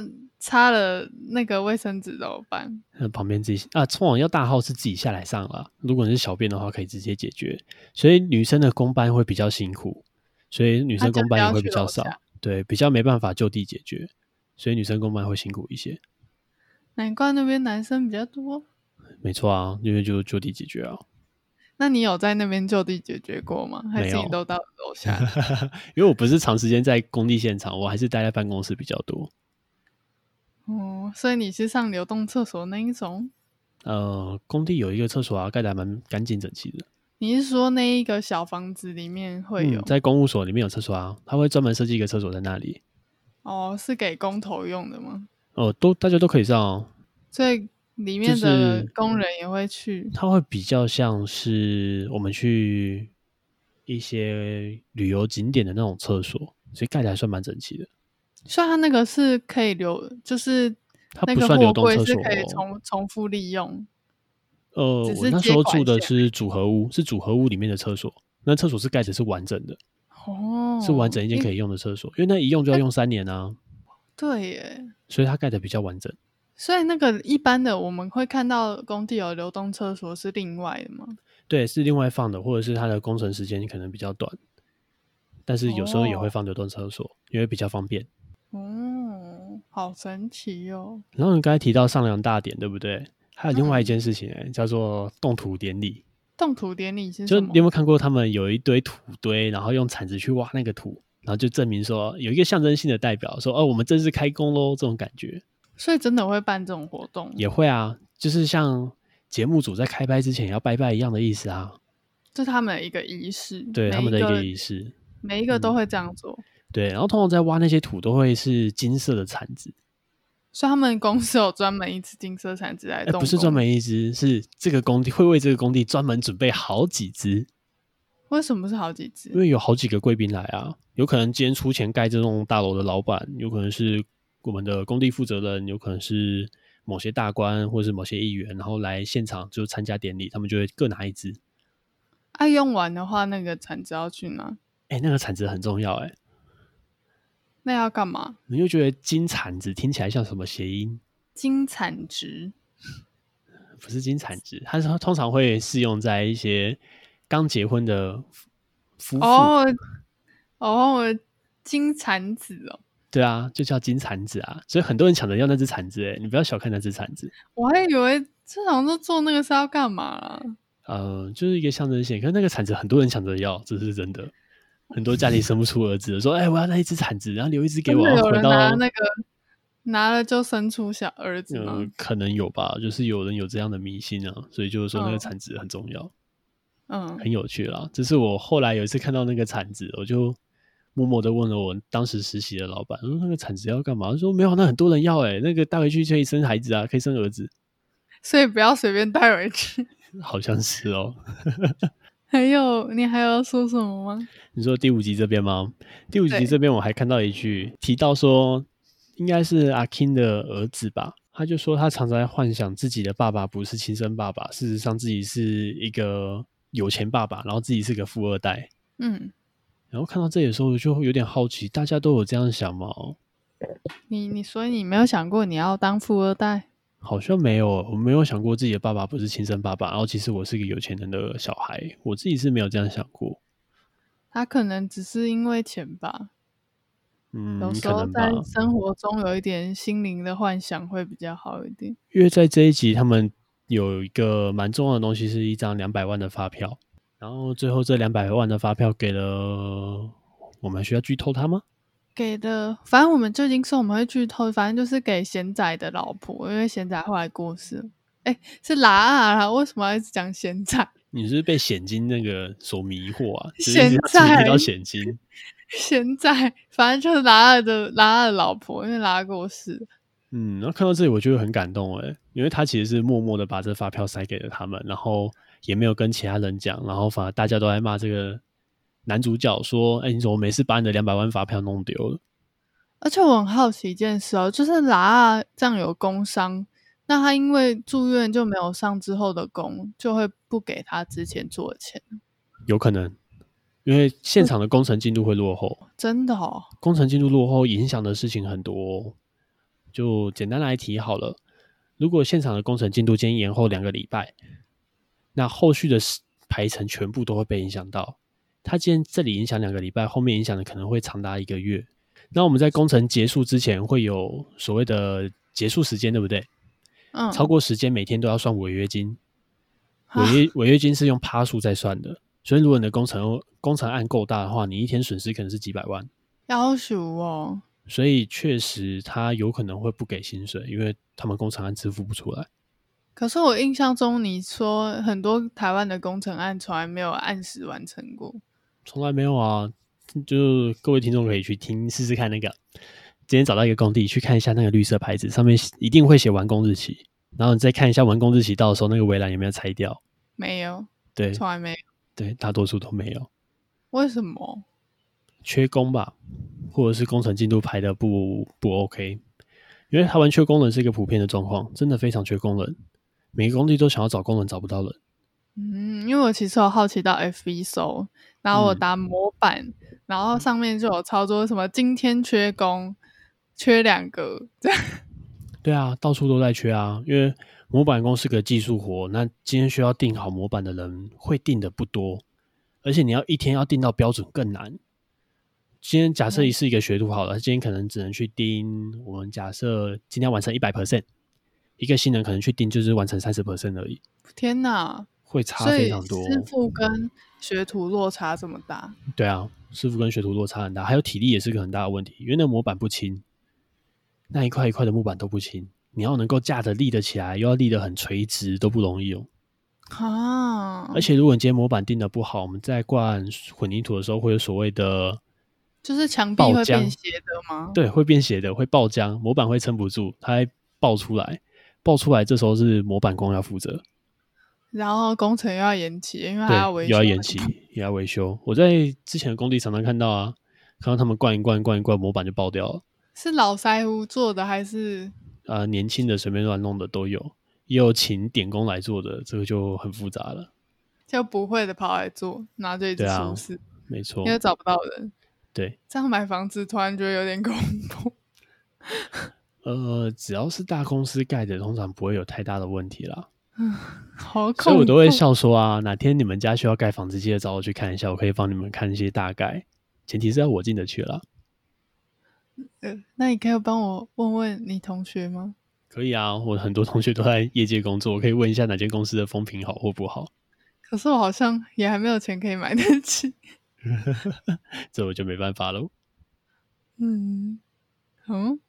Speaker 1: 他擦了那个卫生纸怎么办？
Speaker 2: 那旁边自己啊，通常要大号是自己下来上了。如果你是小便的话，可以直接解决。所以女生的公班会比较辛苦，所以女生
Speaker 1: 那就
Speaker 2: 公班也
Speaker 1: 不
Speaker 2: 会
Speaker 1: 要
Speaker 2: 比
Speaker 1: 啊去
Speaker 2: 较
Speaker 1: 楼
Speaker 2: 少
Speaker 1: 下，
Speaker 2: 对，比较没办法就地解决，所以女生公班会辛苦一些。
Speaker 1: 难怪那边男生比较多。
Speaker 2: 没错啊，因为就就地解决啊，
Speaker 1: 那你有在那边就地解决过吗？还是
Speaker 2: 没有
Speaker 1: 你都到 楼下？
Speaker 2: 因为我不是长时间在工地现场，我还是待在办公室比较多。
Speaker 1: 哦，所以你是上流动厕所那一种？
Speaker 2: 呃，工地有一个厕所啊，盖得还蛮干净整齐的。
Speaker 1: 你是说那一个小房子里面会有？
Speaker 2: 嗯，在公务所里面有厕所啊，他会专门设计一个厕所在那里。
Speaker 1: 哦，是给工头用的吗？
Speaker 2: 哦、都大家都可以上、哦，
Speaker 1: 所以里
Speaker 2: 就
Speaker 1: 面的
Speaker 2: 是
Speaker 1: 工人也会去。
Speaker 2: 它会比较像是我们去一些旅游景点的那种厕所，所以盖的还算蛮整齐的。
Speaker 1: 所以它那个是可以留，就是
Speaker 2: 它
Speaker 1: 那
Speaker 2: 不
Speaker 1: 个
Speaker 2: 算流
Speaker 1: 货
Speaker 2: 动
Speaker 1: 柜
Speaker 2: 厕
Speaker 1: 是
Speaker 2: 所
Speaker 1: 可以
Speaker 2: 哦
Speaker 1: 重 重复利用。
Speaker 2: 呃，
Speaker 1: 只
Speaker 2: 我
Speaker 1: 是
Speaker 2: 那
Speaker 1: 接
Speaker 2: 时候
Speaker 1: 管
Speaker 2: 住的
Speaker 1: 下
Speaker 2: 是组合屋，是组合屋里面的厕所，那厕所是盖的是完整的，
Speaker 1: 哦，
Speaker 2: 是完整一间可
Speaker 1: 以。
Speaker 2: 以用的厕所，因为那一用就要用三年啊，
Speaker 1: 对耶，
Speaker 2: 所以它盖的比较完整。
Speaker 1: 所以那个一般的我们会看到工地有流动厕所是另外的吗？
Speaker 2: 对，是另外放的，或者是它的工程时间可能比较短，但是有时候也会
Speaker 1: 哦
Speaker 2: 放流动厕所，因为比较方便。
Speaker 1: 哦，好神奇哦！
Speaker 2: 然后你刚才提到上梁大典，对不对？还有另
Speaker 1: 嗯
Speaker 2: 外一件事情、欸，叫做动土典礼。
Speaker 1: 动土典礼是
Speaker 2: 就
Speaker 1: 嗯什
Speaker 2: 你
Speaker 1: 么？
Speaker 2: 有没有看过他们有一堆土堆，然后用铲子去挖那个土，然后就证明说有一个象征性的代表，说哦，我们正式开工喽，这种感觉
Speaker 1: 所以真的会办这种活动，
Speaker 2: 也会啊，就是像节目组在开拍之前也要拜拜一样的意思啊，
Speaker 1: 这是他们的一个仪式，
Speaker 2: 对
Speaker 1: 每
Speaker 2: 他们的一
Speaker 1: 个
Speaker 2: 个仪式。
Speaker 1: 每一个
Speaker 2: 嗯
Speaker 1: 都会这样做，
Speaker 2: 对，然后通常在挖那些土都会是金色的铲子，
Speaker 1: 所以他们公司有专门一支金色铲子来
Speaker 2: 哎，
Speaker 1: 动工，
Speaker 2: 不是专门一只，是这个工地会为这个工地专门准备好几只，
Speaker 1: 为什么是好几支
Speaker 2: 因？为有好几个贵宾来啊，有可能今天出钱盖这栋大楼的老板，有可能是我们的工地负责人，有可能是某些大官或是某些议员，然后来现场就参加典礼，他们就会各拿一支。
Speaker 1: 爱、啊用完的话，那个铲子要去哪？
Speaker 2: 哎、那个铲子很重要哎、
Speaker 1: 那要干嘛？
Speaker 2: 你又觉得金铲子听起来像什么谐音？
Speaker 1: 金铲值
Speaker 2: 不是金铲子，它是通常会适用在一些刚结婚的夫夫妇，
Speaker 1: 哦哦，金铲子哦，
Speaker 2: 对啊，就叫金铲子啊，所以很多人抢着要那只铲子哎、你不要小看那只铲子。
Speaker 1: 我还以为这种都做那个是要干嘛啊啦、
Speaker 2: 呃，就是一个象征性。可是那个铲子很多人抢着要，这是真的。很多家里生不出儿子的，说：“哎、我要那一只铲子，然后留一只给
Speaker 1: 真
Speaker 2: 我，
Speaker 1: 的
Speaker 2: 然后
Speaker 1: 有
Speaker 2: 回
Speaker 1: 人
Speaker 2: 到
Speaker 1: 拿那个拿了就生出小儿子吗？
Speaker 2: 呃，可能有吧，就是有人有这样的迷信啊，所以就是说那个
Speaker 1: 嗯
Speaker 2: 产值很重要，
Speaker 1: 嗯
Speaker 2: 很有趣啦。这是我后来有一次看到那个产值，我就默默的问了我当时实习的老板，说那个产值要干嘛？他说没有啊，那很多人要哎、那个带回去可以生孩子啊，可以生儿子，
Speaker 1: 所以不要随便带回去。
Speaker 2: 好像是哦。
Speaker 1: 还有，你还要说什么吗？
Speaker 2: 你说第五集这边吗？第五集
Speaker 1: 对
Speaker 2: 这边我还看到一句提到说，应该是阿 King 的儿子吧，他就说他常常在幻想自己的爸爸不是亲生爸爸，事实上自己是一个有钱爸爸，然后自己是个富二代。
Speaker 1: 嗯，
Speaker 2: 然后看到这里的时候，我就会有点好奇，大家都有这样想吗？
Speaker 1: 你你所以你没有想过你要当富二代？
Speaker 2: 好像没有，我没有想过自己的爸爸不是亲生爸爸，然后其实我是个有钱人的小孩，我自己是没有这样想过。
Speaker 1: 他可能只是因为钱吧，
Speaker 2: 嗯，
Speaker 1: 有时
Speaker 2: 可
Speaker 1: 候
Speaker 2: 能吧
Speaker 1: 在。生活中有一点心灵的幻想会比较好一点。
Speaker 2: 因为在这一集他们有一个蛮重要的东西，是一张两百万的发票，然后最后这两百万的发票给了我们需要剧透它吗？
Speaker 1: 给的，反正我们旧金山我们会剧透，反正就是给贤仔的老婆，因为贤仔后来过世了。哎，是拉啊啦，为什么要一直讲贤仔？
Speaker 2: 你是不是被险金那个所迷惑啊？就是
Speaker 1: 现
Speaker 2: 一直要提到
Speaker 1: 在
Speaker 2: 险金，
Speaker 1: 贤仔，反正就是拉二的拉二的老婆，因为拉过世了。
Speaker 2: 嗯，然后看到这里我就会很感动哎，因为他其实是默默的把这发票塞给了他们，然后也没有跟其他人讲，然后反而大家都在骂这个男主角说：“哎，你怎么没事把你的两百万发票弄丢了？”
Speaker 1: 而且我很好奇一件事哦，就是拉阿这样有工伤，那他因为住院就没有上之后的工，就会不给他之前做的钱，
Speaker 2: 有可能，因为现场的工程进度会落后，
Speaker 1: 真的哦。
Speaker 2: 工程进度落后影响的事情很多哦、就简单来提好了，如果现场的工程进度今天延后两个礼拜，那后续的时排程全部都会被影响到。它今天这里影响两个礼拜，后面影响的可能会长达一个月。那我们在工程结束之前会有所谓的结束时间，对不对？
Speaker 1: 嗯，
Speaker 2: 超过时间每天都要算违约金，
Speaker 1: 啊
Speaker 2: 违约违约金是用趴数在算的，所以如果你的工程工程案够大的话，你一天损失可能是几百万，
Speaker 1: 要求哦。
Speaker 2: 所以确实他有可能会不给薪水，因为他们工程案支付不出来。
Speaker 1: 可是我印象中，你说很多台湾的工程案从来没有按时完成过。
Speaker 2: 从来没有啊，就各位听众可以去听试试看那个。今天找到一个工地去看一下那个绿色牌子，上面一定会写完工日期，然后你再看一下完工日期到的时候那个围栏有没有拆掉。
Speaker 1: 没有，
Speaker 2: 对
Speaker 1: 从来没有。
Speaker 2: 对，大多数都没有。
Speaker 1: 为什么？
Speaker 2: 缺工吧，或者是工程进度排的不不 OK，因为台湾缺工人是一个普遍的状况，真的非常缺工人，每个工地都想要找工人找不到人。
Speaker 1: 嗯，因为我其实有好奇到 F 一搜，然后我
Speaker 2: 嗯
Speaker 1: 打模板，然后上面就有操作什么今天缺工，缺两个，这样
Speaker 2: 对啊，到处都在缺啊，因为模板工是个技术活，那今天需要定好模板的人会定的不多，而且你要一天要定到标准更难。今天假设
Speaker 1: 嗯
Speaker 2: 是一个学徒好了，今天可能只能去盯我们假设今天完成一百 percent，一个新人可能去盯就是完成三十 percent 而已，
Speaker 1: 天哪！
Speaker 2: 会差
Speaker 1: 所
Speaker 2: 非
Speaker 1: 以
Speaker 2: 常多。嗯
Speaker 1: 师傅跟学徒落差这么大，
Speaker 2: 对啊，师傅跟学徒落差很大，还有体力也是个很大的问题，因为那模板不轻，那一块一块的木板都不轻，你要能够架得立得起来，又要立得很垂直，都不容易哦。
Speaker 1: 啊！
Speaker 2: 而且如果你今天模板定的不好，我们在灌混凝土的时候会有所谓的，
Speaker 1: 就是墙壁
Speaker 2: 爆
Speaker 1: 会
Speaker 2: 浆
Speaker 1: 变斜的吗？
Speaker 2: 对，会变斜的，会爆浆，模板会撑不住，它会爆出来，爆出来这时候是模板工要负责，
Speaker 1: 然后工程又要延期，因为还要啊维
Speaker 2: 对，
Speaker 1: 修，
Speaker 2: 又要延期，也要维修。我在之前的工地常常看到啊，看到他们灌一灌灌一灌，模板就爆掉了。
Speaker 1: 是老腮胡做的还是？
Speaker 2: 呃年轻的随便乱弄的都有，也有请点工来做的，这个就很复杂了。
Speaker 1: 就不会的跑来做，然后就一直
Speaker 2: 对啊
Speaker 1: 出事，
Speaker 2: 没错
Speaker 1: 因，为找不到人。
Speaker 2: 对，
Speaker 1: 这样买房子突然觉得有点恐怖。
Speaker 2: 呃，只要是大公司盖的，通常不会有太大的问题啦。
Speaker 1: 好恐怖！哦
Speaker 2: 所以我都会笑说啊，哪天你们家需要盖房子，记得找我去看一下，我可以帮你们看一些大概，前提是要我进得去啦。
Speaker 1: 呃那你可以帮我问问你同学吗？
Speaker 2: 可以啊，我很多同学都在业界工作，我可以问一下哪间公司的风评好或不好，
Speaker 1: 可是我好像也还没有钱可以买得起。
Speaker 2: 这我就没办法喽。
Speaker 1: 嗯，嗯，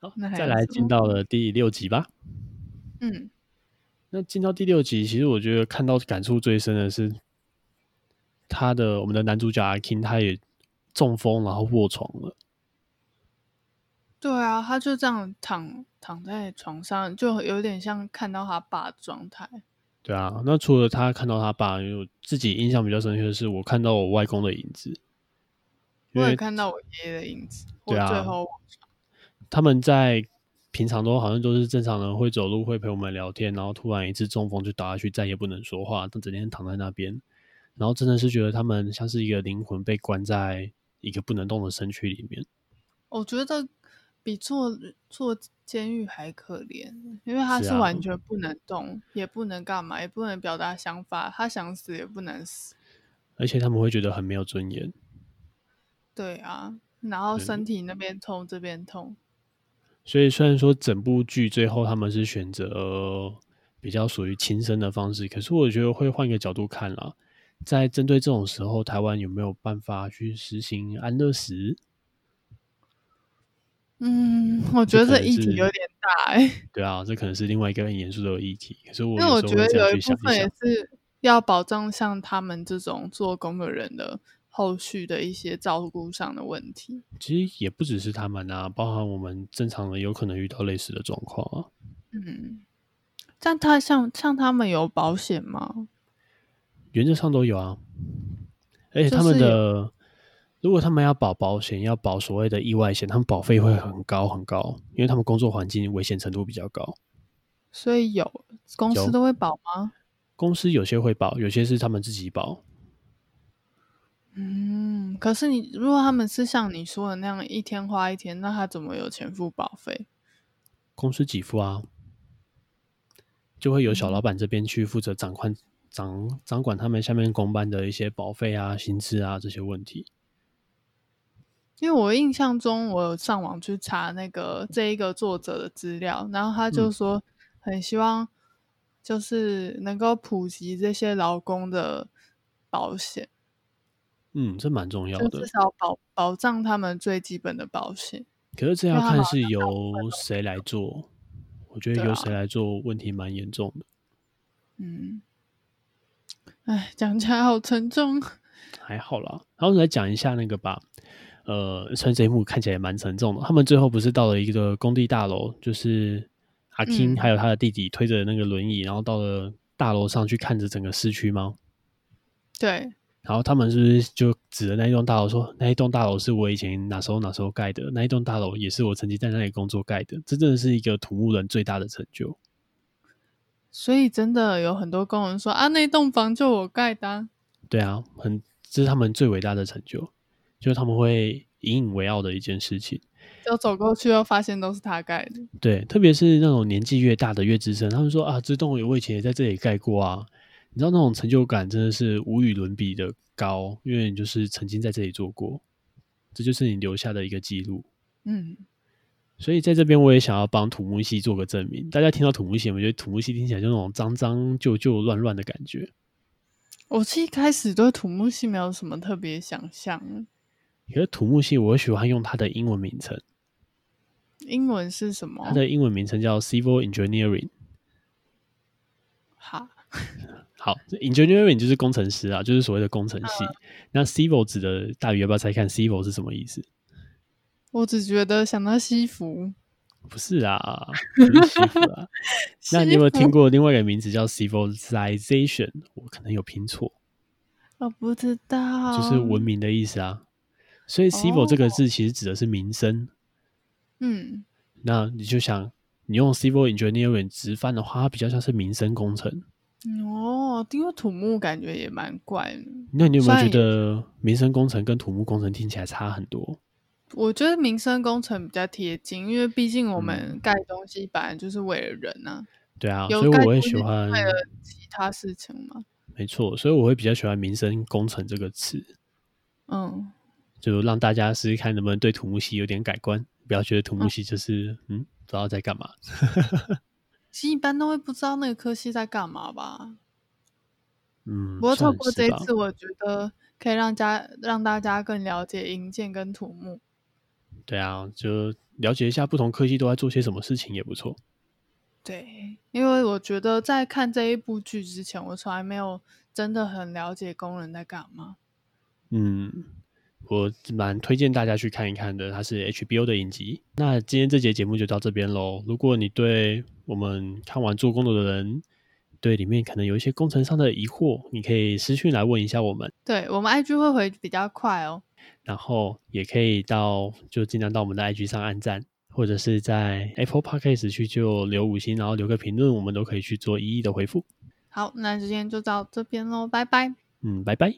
Speaker 2: 好
Speaker 1: 那，还
Speaker 2: 再
Speaker 1: 有
Speaker 2: 来
Speaker 1: 什
Speaker 2: 进
Speaker 1: 么
Speaker 2: 到了第六集吧。
Speaker 1: 嗯，
Speaker 2: 那进到第六集，其实我觉得看到感触最深的是他的我们的男主角阿 King，他也中风，然后卧床了。
Speaker 1: 对啊，他就这样躺躺在床上，就有点像看到他爸的状态。
Speaker 2: 对啊，那除了他看到他爸，因为我自己印象比较深刻的是，我看到我外公的影子，因
Speaker 1: 我也
Speaker 2: 为
Speaker 1: 看到我爷爷的影子，
Speaker 2: 对啊
Speaker 1: 我最后
Speaker 2: 他们在平常都好像都是正常人，会走路，会陪我们聊天，然后突然一次中风就倒下去，再也不能说话，他整天躺在那边，然后真的是觉得他们像是一个灵魂被关在一个不能动的身躯里面。
Speaker 1: 我觉得比坐坐监狱还可怜，因为他
Speaker 2: 是
Speaker 1: 是
Speaker 2: 啊
Speaker 1: 完全不能动，也不能干嘛，也不能表达想法，他想死也不能死。
Speaker 2: 而且他们会觉得很没有尊严。
Speaker 1: 对啊，然后
Speaker 2: 对嗯
Speaker 1: 身体那边痛，这边痛。
Speaker 2: 所以虽然说整部剧最后他们是选择比较属于轻生的方式，可是我觉得会换一个角度看啦，在针对这种时候，台湾有没有办法去实行安乐死？
Speaker 1: 嗯，我觉得
Speaker 2: 这可
Speaker 1: 这
Speaker 2: 能
Speaker 1: 议题有
Speaker 2: 是
Speaker 1: 点大哎、
Speaker 2: 对啊，这可能是另外一个很严肃的议题。可是我
Speaker 1: 因为我
Speaker 2: 有时
Speaker 1: 觉
Speaker 2: 候会
Speaker 1: 得
Speaker 2: 这样
Speaker 1: 有
Speaker 2: 去
Speaker 1: 一部
Speaker 2: 想
Speaker 1: 分
Speaker 2: 一
Speaker 1: 也
Speaker 2: 想，
Speaker 1: 是要保障像他们这种做工的人的后续的一些照顾上的问题。
Speaker 2: 其实也不只是他们啊，包含我们正常人有可能遇到类似的状况啊。
Speaker 1: 嗯，但他像像他们有保险吗？
Speaker 2: 原则上都有啊。而且
Speaker 1: 就
Speaker 2: 他们
Speaker 1: 是有
Speaker 2: 的，如果他们要保保险，要保所谓的意外险，他们保费会很高很高，因为他们工作环境危险程度比较高。
Speaker 1: 所以有公
Speaker 2: 有
Speaker 1: 司都会保吗？
Speaker 2: 公司有些会保，有些是他们自己保。
Speaker 1: 嗯，可是你如果他们是像你说的那样一天花一天，那他怎么有钱付保费？
Speaker 2: 公司给付啊，就会由小
Speaker 1: 嗯
Speaker 2: 老板这边去负责掌管掌掌管他们下面公班的一些保费啊、薪资啊这些问题。
Speaker 1: 因为我印象中，我有上网去查那个这一个作者的资料，然后他就
Speaker 2: 嗯
Speaker 1: 说很希望就是能够普及这些劳工的保险，
Speaker 2: 嗯，这蛮重要
Speaker 1: 就
Speaker 2: 的
Speaker 1: 至。少保保障他们最基本的保险。
Speaker 2: 可是这
Speaker 1: 因
Speaker 2: 要
Speaker 1: 为他
Speaker 2: 看
Speaker 1: 们好
Speaker 2: 是由谁来做，我觉得
Speaker 1: 对
Speaker 2: 由
Speaker 1: 啊
Speaker 2: 谁来做问题蛮严重的。
Speaker 1: 嗯，哎，讲起来好沉重。
Speaker 2: 还好啦。然后来讲一下那个吧，呃，虽然这一幕看起来也蛮沉重的，他们最后不是到了一个工地大楼，就是阿 King
Speaker 1: 嗯
Speaker 2: 还有他的弟弟推着那个轮椅，然后到了大楼上去看着整个市区吗？
Speaker 1: 对，
Speaker 2: 然后他们是不是就指着那一栋大楼说，那一栋大楼是我以前哪时候哪时候盖的，那一栋大楼也是我曾经在那里工作盖的，这真的是一个土木人最大的成就。
Speaker 1: 所以真的有很多工人说啊，那栋房就我盖的啊、
Speaker 2: 对啊，很这是他们最伟大的成就，就是他们会引以为傲的一件事情。
Speaker 1: 就走过去又发现都是他盖的。
Speaker 2: 对，特别是那种年纪越大的越资深，他们说啊，这栋我以前也在这里盖过啊，你知道那种成就感真的是无与伦比的高，因为你就是曾经在这里做过，这就是你留下的一个记录。
Speaker 1: 嗯，
Speaker 2: 所以在这边我也想要帮土木系做个证明。大家听到土木系，我觉得土木系听起来就那种脏脏旧旧乱乱的感觉，
Speaker 1: 我其实一开始对土木系没有什么特别想象，
Speaker 2: 可是土木系我喜欢用它的英文名称，
Speaker 1: 英文是什么
Speaker 2: 它？的英文名称叫 Civil Engineering。
Speaker 1: 哈，
Speaker 2: 好，engineering 就是工程师啊，就是所谓的工程系。
Speaker 1: 嗯
Speaker 2: 那 civil 指的大鱼要不要猜看 civil 是什么意思？
Speaker 1: 我只觉得想到西服，
Speaker 2: 不是啊，不是西服 啊。那你有没有
Speaker 1: 西服
Speaker 2: 听？过另外一个名字叫 civilization？我可能有拼错，
Speaker 1: 我不知道，
Speaker 2: 就是文。明的意思啊。所以 civil
Speaker 1: 哦
Speaker 2: 这个字其实指的是民生。
Speaker 1: 嗯，
Speaker 2: 那你就想，你用 civil engineering 直翻的话，它比较像是民生工程。
Speaker 1: 哦，因为土木感觉也蛮怪的。
Speaker 2: 那你有没
Speaker 1: 虽
Speaker 2: 有
Speaker 1: 然
Speaker 2: 觉
Speaker 1: 也
Speaker 2: 得民生工程跟土木工程听起来差很多？
Speaker 1: 我觉得民生工程比较贴近，因为毕竟
Speaker 2: 嗯
Speaker 1: 我们盖东西本来就是为了人呐、
Speaker 2: 对啊，
Speaker 1: 啊，
Speaker 2: 所
Speaker 1: 有
Speaker 2: 以
Speaker 1: 盖
Speaker 2: 我
Speaker 1: 东
Speaker 2: 会
Speaker 1: 西
Speaker 2: 喜
Speaker 1: 是
Speaker 2: 欢
Speaker 1: 为了其他事情嘛。
Speaker 2: 没错，所以我会比较喜欢“民生工程”这个词，
Speaker 1: 嗯，
Speaker 2: 就让大家试试看能不能对土木系有点改观，不要觉得土木系就是嗯不知道在干嘛。
Speaker 1: 其实一般都会不知道那个科系在干嘛吧。
Speaker 2: 嗯，
Speaker 1: 不过透
Speaker 2: 算
Speaker 1: 过
Speaker 2: 是
Speaker 1: 这一
Speaker 2: 吧
Speaker 1: 次，我觉得可以让家让大家更了解营建跟土木。
Speaker 2: 对啊，就了解一下不同科技都在做些什么事情也不错。
Speaker 1: 对，因为我觉得在看这一部剧之前，我从来没有真的很了解工人在干嘛。
Speaker 2: 嗯，我蛮推荐大家去看一看的，它是 HBO 的影集。那今天这节节目就到这边喽。如果你对我们看完做工作的人，对里面可能有一些工程上的疑惑，你可以私讯来问一下我们，
Speaker 1: 对我们 IG 会回比较快哦。
Speaker 2: 然后也可以到就尽量到我们的 IG 上按赞，或者是在 Apple Podcast 去就留五星，然后留个评论，我们都可以去做一一的回复。
Speaker 1: 好，那今天就到这边喽，拜拜。
Speaker 2: 嗯，拜拜。